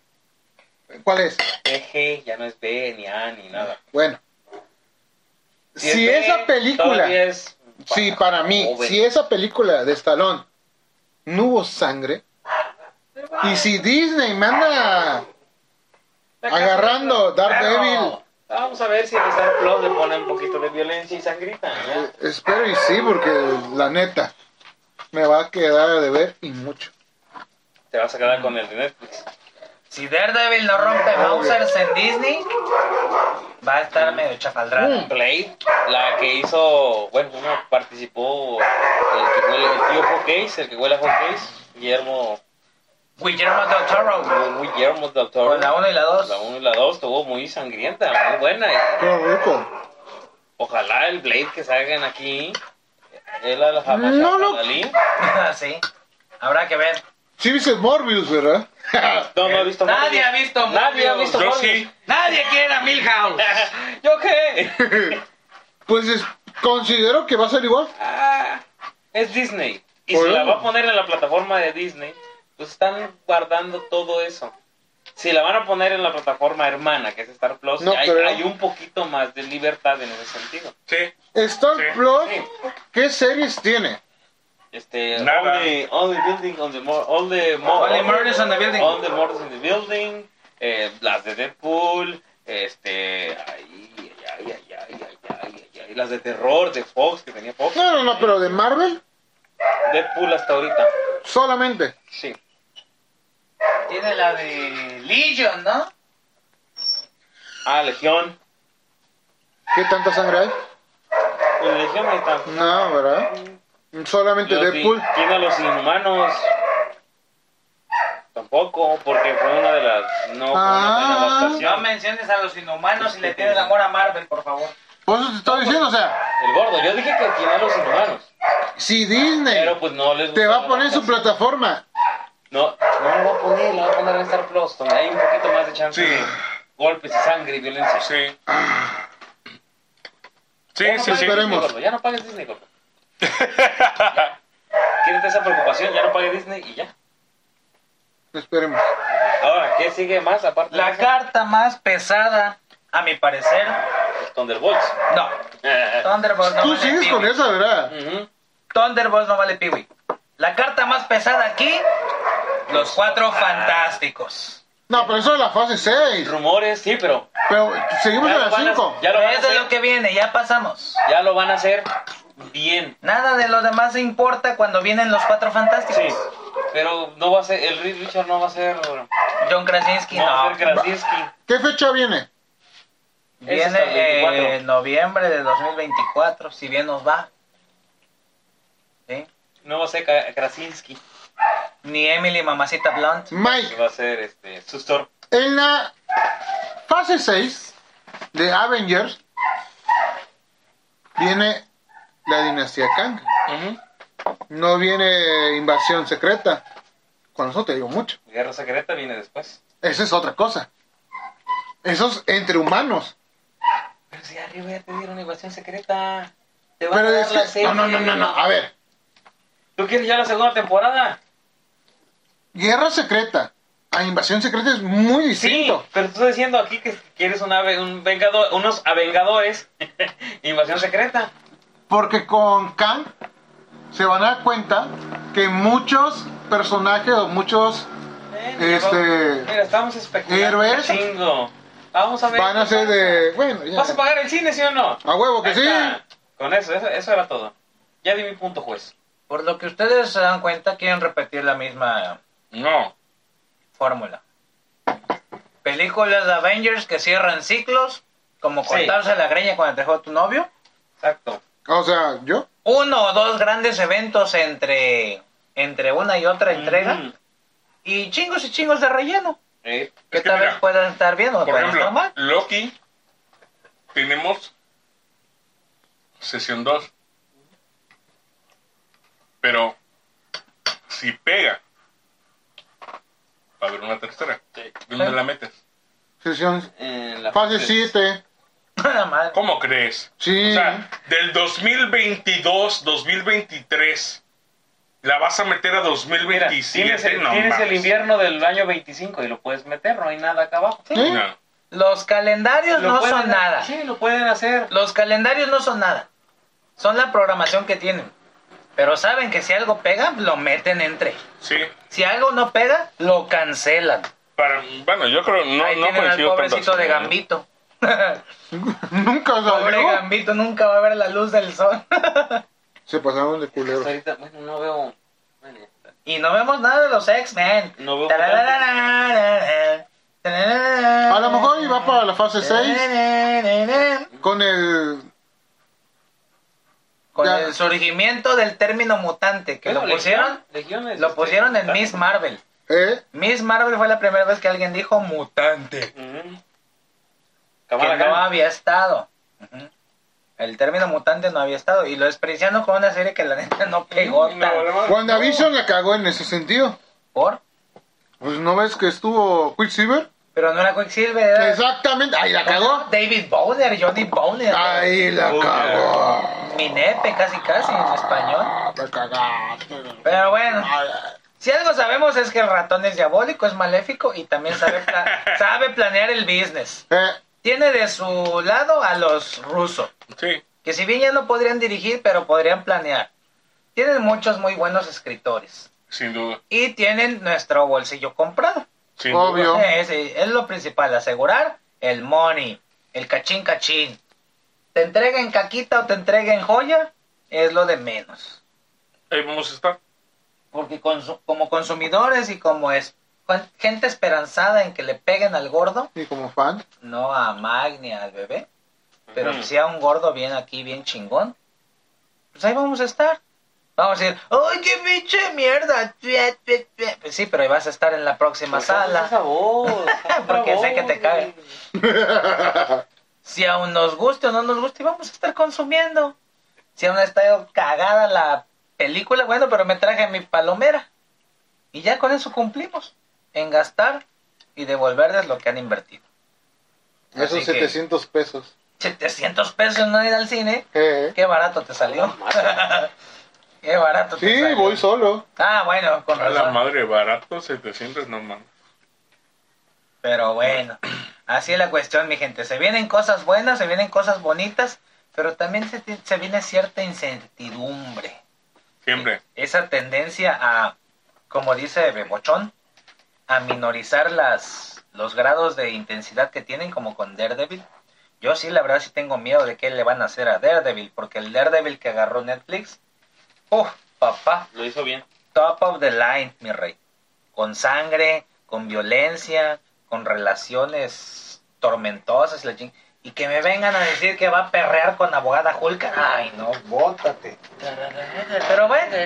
Speaker 3: ¿cuál es?
Speaker 1: PG ya no es B ni A ni nada.
Speaker 3: Bueno, si,
Speaker 1: es B,
Speaker 3: esa película...
Speaker 1: todavía es
Speaker 3: Sí, para mí,
Speaker 1: joven.
Speaker 3: si esa película de Stallone no hubo sangre, y si Disney manda agarrando Daredevil,
Speaker 1: Vamos a ver si en Star Plus le ponen un poquito de violencia y sangrita. ¿ya?
Speaker 3: Eh, espero y sí, porque la neta, me va a quedar de ver y mucho.
Speaker 1: Te vas a quedar con el de Netflix.
Speaker 2: Si Daredevil no rompe Mausers en Disney, va a estar medio
Speaker 1: Mm.
Speaker 3: Mm.
Speaker 2: chafaldrada.
Speaker 1: Blade, la que hizo, bueno, uno participó, el que huele, el tío Hawkeyes, el que huele a Hawkeyes, Guillermo,
Speaker 2: Guillermo del Toro.
Speaker 1: muy- muy Guillermo del Toro.
Speaker 2: Con la 1 y la 2.
Speaker 1: La 1 y la 2 estuvo muy sangrienta, muy buena. y
Speaker 3: Pero rico,
Speaker 1: Ojalá el Blade que salgan aquí, él a la Jabba
Speaker 3: No lo-
Speaker 1: Shakalali.
Speaker 2: sí. Habrá que ver.
Speaker 3: si dices Morbius, ¿verdad?
Speaker 1: No, no he visto
Speaker 2: Nadie
Speaker 1: Morbius.
Speaker 2: ha visto
Speaker 1: Nadie ha visto
Speaker 4: Yo
Speaker 1: Morbius.
Speaker 4: sí.
Speaker 2: Nadie quiere a Milhouse.
Speaker 1: ¿Yo qué?
Speaker 3: pues es- considero que va a ser igual.
Speaker 1: Ah, es Disney. Y
Speaker 3: Por
Speaker 1: si la
Speaker 3: eso.
Speaker 1: va a poner en la plataforma de Disney, pues están guardando todo eso. Si la van a poner en la plataforma hermana, que es Star Plus,
Speaker 3: No
Speaker 1: hay,
Speaker 3: creo.
Speaker 1: hay un poquito más de libertad en ese sentido.
Speaker 4: Sí.
Speaker 3: Star
Speaker 4: Sí.
Speaker 3: Plus,
Speaker 1: Sí.
Speaker 3: ¿qué series tiene?
Speaker 1: Este,
Speaker 4: Nada.
Speaker 1: all the, all the building, on the mor- all the mo-
Speaker 2: All the murders on the building.
Speaker 1: all the murders in the building, eh, las de Deadpool, este, ay, ay, ay, ay, ay, ay, ay, ay, ay, las de terror de Fox, que tenía Fox.
Speaker 3: No, no, no, pero de Marvel
Speaker 1: Deadpool hasta ahorita,
Speaker 3: solamente.
Speaker 1: sí.
Speaker 2: Tiene la de Legion, ¿no?
Speaker 1: Ah, Legión.
Speaker 3: ¿Qué tanta sangre hay?
Speaker 1: En Legión ahí está.
Speaker 3: No, ¿verdad? Solamente
Speaker 1: Los
Speaker 3: Deadpool.
Speaker 1: in- Tiene a los inhumanos. Tampoco, porque fue una de las. No, fue
Speaker 3: Ah.
Speaker 1: una buena
Speaker 2: No
Speaker 1: adaptación.
Speaker 2: menciones a los inhumanos y le tienes amor a Marvel, por favor.
Speaker 3: Por eso te estoy diciendo, o sea,
Speaker 1: El gordo, yo dije que tiene a los inhumanos.
Speaker 3: si Disney
Speaker 1: Pero pues no les
Speaker 3: te
Speaker 1: gustó
Speaker 3: va a
Speaker 1: la
Speaker 3: poner su
Speaker 1: adaptación.
Speaker 3: plataforma
Speaker 1: No, no lo va a poner, lo va a poner en Star Plus. Donde hay un poquito más de chance
Speaker 4: Sí.
Speaker 1: de golpes y sangre y violencia.
Speaker 4: Sí. Sí,
Speaker 1: Ya no pagues
Speaker 4: sí, sí.
Speaker 1: Disney,
Speaker 3: Esperemos.
Speaker 1: gordo, Ya no pagues Disney, gordo. Ya. Quítate esa preocupación, ya no pagues Disney y ya.
Speaker 3: Esperemos.
Speaker 1: Ahora, ¿qué sigue más aparte de
Speaker 2: La
Speaker 1: eso?
Speaker 2: carta más pesada, a mi parecer,
Speaker 1: Los Thunderbolts.
Speaker 2: no. Thunderbolt no
Speaker 3: Tú
Speaker 2: vale
Speaker 3: sigues
Speaker 2: piwi.
Speaker 3: con esa, ¿verdad?
Speaker 1: Ujú.
Speaker 2: Thunderbolt no vale piwi. La carta más pesada aquí, los cuatro fantásticos.
Speaker 3: No, pero eso es la fase 6.
Speaker 1: Rumores, sí, pero
Speaker 3: Pero seguimos
Speaker 1: Ya
Speaker 3: en
Speaker 1: lo
Speaker 3: la
Speaker 1: van a-
Speaker 3: 5.
Speaker 1: ya lo van a
Speaker 2: Eso es
Speaker 1: hacer.
Speaker 2: lo que viene, ya pasamos.
Speaker 1: ya lo van a hacer bien.
Speaker 2: Nada de lo demás importa cuando vienen los cuatro fantásticos.
Speaker 1: Sí. Pero no va a ser, el Reed Richard no va a ser, no,
Speaker 2: John Krasinski no.
Speaker 1: va a ser Krasinski.
Speaker 3: ¿Qué fecha viene?
Speaker 1: Es hasta el
Speaker 2: Viene
Speaker 1: 24.
Speaker 2: en noviembre de 2024, si bien nos va. ¿Sí?
Speaker 1: No va a ser Ka- Krasinski.
Speaker 2: Ni Emily Mamacita Blunt.
Speaker 3: Mike,
Speaker 1: Va a ser este, Sustor.
Speaker 3: en la fase 6 de Avengers viene la dinastía Kang.
Speaker 4: Ujú.
Speaker 3: No viene invasión secreta. Con eso te digo mucho.
Speaker 1: Guerra Secreta viene después.
Speaker 3: Esa es otra cosa. Esos entre humanos.
Speaker 1: Pero si arriba ya te dieron invasión secreta. Te van
Speaker 3: Pero
Speaker 1: a dar
Speaker 3: es
Speaker 1: la
Speaker 3: que-
Speaker 1: serie.
Speaker 3: no, no, no, no, no. A ver,
Speaker 1: ¿Tú quieres ya la segunda temporada?
Speaker 3: guerra secreta a invasión secreta es muy
Speaker 1: Sí,
Speaker 3: distinto.
Speaker 1: pero tú estás diciendo aquí que quieres un ave- un vengador, unos avengadores. invasión secreta.
Speaker 3: Porque con Kang se van a dar cuenta que muchos personajes o muchos
Speaker 1: Eh,
Speaker 3: Este-
Speaker 1: mira, Mira, estamos especulando.
Speaker 3: Héroes.
Speaker 1: un Chingo. Vamos a ver.
Speaker 3: van a
Speaker 1: qué
Speaker 3: ser
Speaker 1: pasa.
Speaker 3: de. Bueno, ya.
Speaker 1: ¿Vas a pagar el cine, sí o no?
Speaker 3: A huevo que
Speaker 1: Ahí
Speaker 3: sí.
Speaker 1: está. Con eso, eso, eso era todo. Ya di mi punto, juez.
Speaker 2: Por lo que ustedes se dan cuenta, quieren repetir la misma
Speaker 4: No.
Speaker 2: fórmula. Películas de Avengers que cierran ciclos, como
Speaker 1: Sí.
Speaker 2: cortarse la greña cuando te dejó tu novio.
Speaker 1: Exacto.
Speaker 3: O sea, yo.
Speaker 2: Uno o dos grandes eventos entre, entre una y otra entrega.
Speaker 1: Mm,
Speaker 2: Y chingos y chingos de relleno.
Speaker 1: eh,
Speaker 2: Que
Speaker 4: Es que
Speaker 2: tal
Speaker 4: mira,
Speaker 2: vez puedan estar bien o
Speaker 4: Por
Speaker 2: puedan estar
Speaker 4: ejemplo, eh,
Speaker 2: mal.
Speaker 4: Loki, tenemos sesión 2. Pero si pega, va a haber una tercera. ¿Dónde
Speaker 2: Sí.
Speaker 4: la metes?
Speaker 3: Sesión.
Speaker 1: en la
Speaker 3: Fase 7.
Speaker 2: Nada mal.
Speaker 4: ¿Cómo crees?
Speaker 3: Sí.
Speaker 4: O sea, del 2022, 2023, la vas a meter a
Speaker 1: Mira,
Speaker 4: 2027.
Speaker 1: tienes, el,
Speaker 4: no
Speaker 1: tienes
Speaker 4: mames.
Speaker 1: el invierno del año 25 y lo puedes meter, no hay nada acá abajo.
Speaker 3: ¿Sí?
Speaker 4: No.
Speaker 2: Los calendarios
Speaker 1: Lo
Speaker 2: no
Speaker 1: pueden-
Speaker 2: son nada.
Speaker 1: Sí, lo pueden hacer.
Speaker 2: Los calendarios no son nada. Son la programación que tienen. Pero saben que si algo pega, lo meten entre.
Speaker 4: Sí.
Speaker 2: Si algo no pega, lo cancelan.
Speaker 4: Para, bueno, yo creo, no,
Speaker 2: Ahí
Speaker 4: no
Speaker 2: tienen al
Speaker 4: coincido tanto
Speaker 2: pobrecito
Speaker 4: así,
Speaker 2: de
Speaker 4: ¿no?
Speaker 2: Gambito.
Speaker 3: Nunca
Speaker 2: Pobre
Speaker 3: salió.
Speaker 2: Gambito nunca va a ver la luz del sol.
Speaker 3: Se pasaron de culero.
Speaker 1: Hasta Pues ahorita, bueno, no veo. bueno, ya está.
Speaker 2: y no vemos nada de los X-Men.
Speaker 1: No veo-
Speaker 2: Tararararara, tarararara.
Speaker 3: A lo mejor iba para la fase 6
Speaker 2: Tarararara.
Speaker 3: con el.
Speaker 2: Con
Speaker 3: Ya.
Speaker 2: el surgimiento del término mutante, que
Speaker 1: Bueno,
Speaker 2: lo pusieron,
Speaker 1: Legión- Legión es,
Speaker 2: lo
Speaker 1: este,
Speaker 2: pusieron en
Speaker 1: está-
Speaker 2: Miss Marvel.
Speaker 3: ¿Eh?
Speaker 2: Miss Marvel fue la primera vez que alguien dijo mutante.
Speaker 1: Ujú.
Speaker 2: Que
Speaker 1: Kamala
Speaker 2: no
Speaker 1: Khan.
Speaker 2: había estado. Ujú. El término mutante no había estado. Y lo despreciaron con una serie que la neta no
Speaker 1: Mm,
Speaker 2: pegó
Speaker 4: No,
Speaker 2: tan-
Speaker 4: la madre.
Speaker 3: WandaVision la cagó en ese sentido.
Speaker 2: ¿Por?
Speaker 3: Pues no ves que estuvo Quicksilver.
Speaker 2: Pero no era Quicksilver, era...
Speaker 3: Exactamente. Ahí la cagó.
Speaker 2: David Bowner, Johnny Bowner.
Speaker 3: Ahí la
Speaker 4: Oh,
Speaker 3: cagó.
Speaker 2: Minepe, casi casi, en español.
Speaker 3: Ah, Me cagaste.
Speaker 2: Pero bueno,
Speaker 3: Ay,
Speaker 2: si algo sabemos es que el ratón es diabólico, es maléfico y también sabe, pla- sabe planear el business.
Speaker 3: Eh,
Speaker 2: Tiene de su lado a los rusos.
Speaker 4: Sí.
Speaker 2: que si bien ya no podrían dirigir, pero podrían planear. Tienen muchos muy buenos escritores
Speaker 4: Sin duda,
Speaker 2: y tienen nuestro bolsillo comprado.
Speaker 4: sin
Speaker 3: Obvio.
Speaker 4: duda.
Speaker 3: Yo.
Speaker 2: Eh, ese es lo principal, asegurar el money, el cachín cachín. Te entreguen caquita o te entreguen joya, es lo de menos.
Speaker 4: Ahí vamos a estar.
Speaker 2: Porque consu- como consumidores y como es con- gente esperanzada en que le peguen al gordo,
Speaker 3: y como fan.
Speaker 2: no a Mag ni al bebé, pero
Speaker 4: Ujú.
Speaker 2: si a un gordo bien aquí, bien chingón, pues ahí vamos a estar. Vamos a decir, ¡ay, qué pinche mierda! Tue, tue, tue". Pues sí, pero ahí vas a estar en la próxima
Speaker 1: Esa
Speaker 2: sala.
Speaker 1: voz, esa
Speaker 2: Porque sé
Speaker 1: voz,
Speaker 2: que te caga.
Speaker 1: güey.
Speaker 2: Si aún nos guste o no nos guste, vamos a estar consumiendo. Si aún ha estado cagada la película, bueno, pero me traje mi palomera. Y ya con eso cumplimos. En gastar y devolverles lo que han invertido.
Speaker 3: Esos
Speaker 2: Así que-
Speaker 3: 700 pesos.
Speaker 2: 700 pesos en no ir al cine.
Speaker 3: Eh,
Speaker 2: Qué barato te salió. Qué barato te
Speaker 3: sí,
Speaker 2: salió.
Speaker 3: voy solo.
Speaker 2: Ah, bueno, con
Speaker 4: A la
Speaker 2: razón.
Speaker 4: madre, barato, 700, no mames.
Speaker 2: Pero bueno, así es la cuestión, mi gente. Se vienen cosas buenas, se vienen cosas bonitas, pero también se, ti- se viene cierta incertidumbre.
Speaker 4: Siempre.
Speaker 2: Esa tendencia a, como dice Bebochón, a minorizar las, los grados de intensidad que tienen, como con Daredevil. Yo sí, la verdad, sí tengo miedo de qué le van a hacer a Daredevil, porque el Daredevil que agarró Netflix, ¡oh, papá!
Speaker 1: Lo hizo bien.
Speaker 2: top of the line, mi rey. Con sangre, con violencia, con relaciones tormentosas y la ching- Y que me vengan a decir que va a perrear con abogada Hulk. Ay, no, bótate. Pero bueno,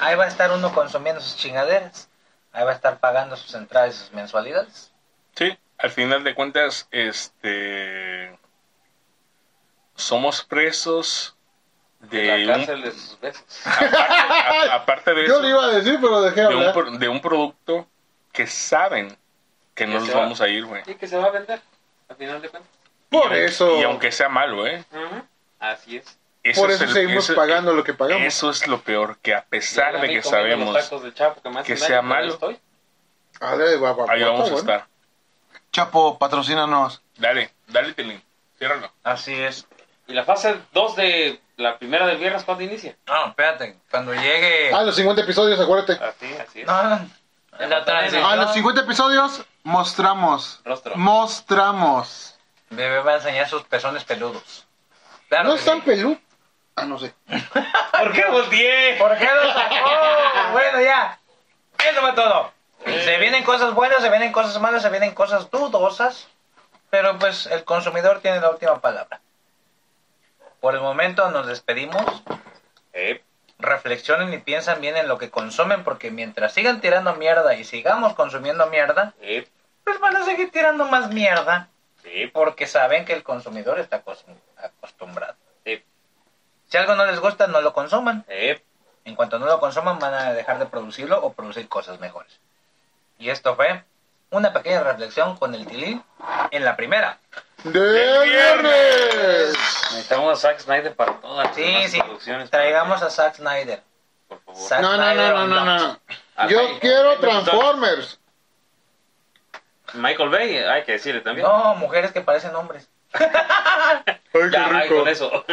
Speaker 2: ahí va a estar uno consumiendo sus chingaderas. Ahí va a estar pagando sus entradas y sus mensualidades.
Speaker 4: Sí, al final de cuentas, este. Somos presos de
Speaker 1: la
Speaker 4: un.
Speaker 1: cárcel de sus besos.
Speaker 4: a- aparte de
Speaker 3: Yo
Speaker 4: eso,
Speaker 3: le iba a decir, pero dejé
Speaker 4: de un,
Speaker 3: hablar.
Speaker 4: pro- de un producto que saben que no
Speaker 1: se
Speaker 4: nos
Speaker 1: va.
Speaker 4: vamos a ir, güey.
Speaker 1: Y que se va a vender, al final de cuentas.
Speaker 3: Por
Speaker 4: Y-
Speaker 3: eso.
Speaker 4: Y aunque sea malo, ¿eh?
Speaker 1: Así es.
Speaker 4: Eso
Speaker 3: Por
Speaker 4: es
Speaker 3: eso
Speaker 4: el-
Speaker 3: seguimos
Speaker 4: eso- eh,
Speaker 3: pagando lo que pagamos.
Speaker 4: Eso es lo peor, que a
Speaker 1: Ya
Speaker 4: pesar
Speaker 1: la
Speaker 4: de
Speaker 1: vi
Speaker 4: que
Speaker 1: comiendo
Speaker 4: sabemos,
Speaker 1: los tacos del Chapo que me hacen
Speaker 4: que
Speaker 1: daño,
Speaker 4: sea
Speaker 1: pero
Speaker 4: malo.
Speaker 1: ahí Estoy.
Speaker 3: Ándale, guapa,
Speaker 4: ahí vamos a
Speaker 3: guapa,
Speaker 4: estar.
Speaker 5: Chapo, patrocínanos.
Speaker 4: Dale, dale, Telín, ciérralo.
Speaker 2: Así es.
Speaker 1: Y la fase 2 de la primera del viernes, ¿cuándo inicia?
Speaker 2: No, espérate, cuando llegue...
Speaker 3: bueno. Ah, los 50 episodios, acuérdate. Ah,
Speaker 1: Así, así es.
Speaker 2: No, no,
Speaker 1: Eh, Ya
Speaker 2: la
Speaker 1: falta
Speaker 2: transición.
Speaker 1: menos.
Speaker 5: A los 50 episodios, mostramos.
Speaker 1: Rostro.
Speaker 5: Mostramos.
Speaker 2: Bebé va a enseñar sus pezones peludos. Claro
Speaker 3: No
Speaker 2: que
Speaker 3: están
Speaker 2: sí.
Speaker 3: pelú.
Speaker 5: Ah, no sé.
Speaker 1: ¿Por qué volteé?
Speaker 2: ¿Por qué lo sacó? Bueno, ya. Eso fue todo. Se vienen cosas buenas, se vienen cosas malas, se vienen cosas dudosas. Pero pues el consumidor tiene la última palabra. Por el momento nos despedimos.
Speaker 1: Eh,
Speaker 2: Reflexionen y piensan bien en lo que consumen porque mientras sigan tirando mierda y sigamos consumiendo mierda,
Speaker 1: eh,
Speaker 2: pues van a seguir tirando más mierda
Speaker 1: eh.
Speaker 2: porque saben que el consumidor está acostum- acostumbrado.
Speaker 1: Sí.
Speaker 2: Si algo no les gusta, no lo consuman.
Speaker 1: Eh,
Speaker 2: En cuanto no lo consuman, van a dejar de producirlo o producir cosas mejores. Y esto fue una pequeña reflexión con el Tilín en la primera.
Speaker 3: ¡De viernes!
Speaker 1: necesitamos a Zack Snyder para todas las
Speaker 2: Sí,
Speaker 1: demás
Speaker 2: sí.
Speaker 1: producciones.
Speaker 2: Traigamos a Zack Snyder.
Speaker 1: Por favor.
Speaker 2: Zack
Speaker 3: No, no,
Speaker 2: Snyder
Speaker 3: no, no, no, no.
Speaker 1: Ah,
Speaker 3: Yo
Speaker 1: ahí.
Speaker 3: quiero
Speaker 1: Ahí me gustó.
Speaker 3: Transformers.
Speaker 1: Michael Bay, hay que decirle también.
Speaker 2: No, mujeres que parecen hombres.
Speaker 3: Ay,
Speaker 1: ya, ay, con eso.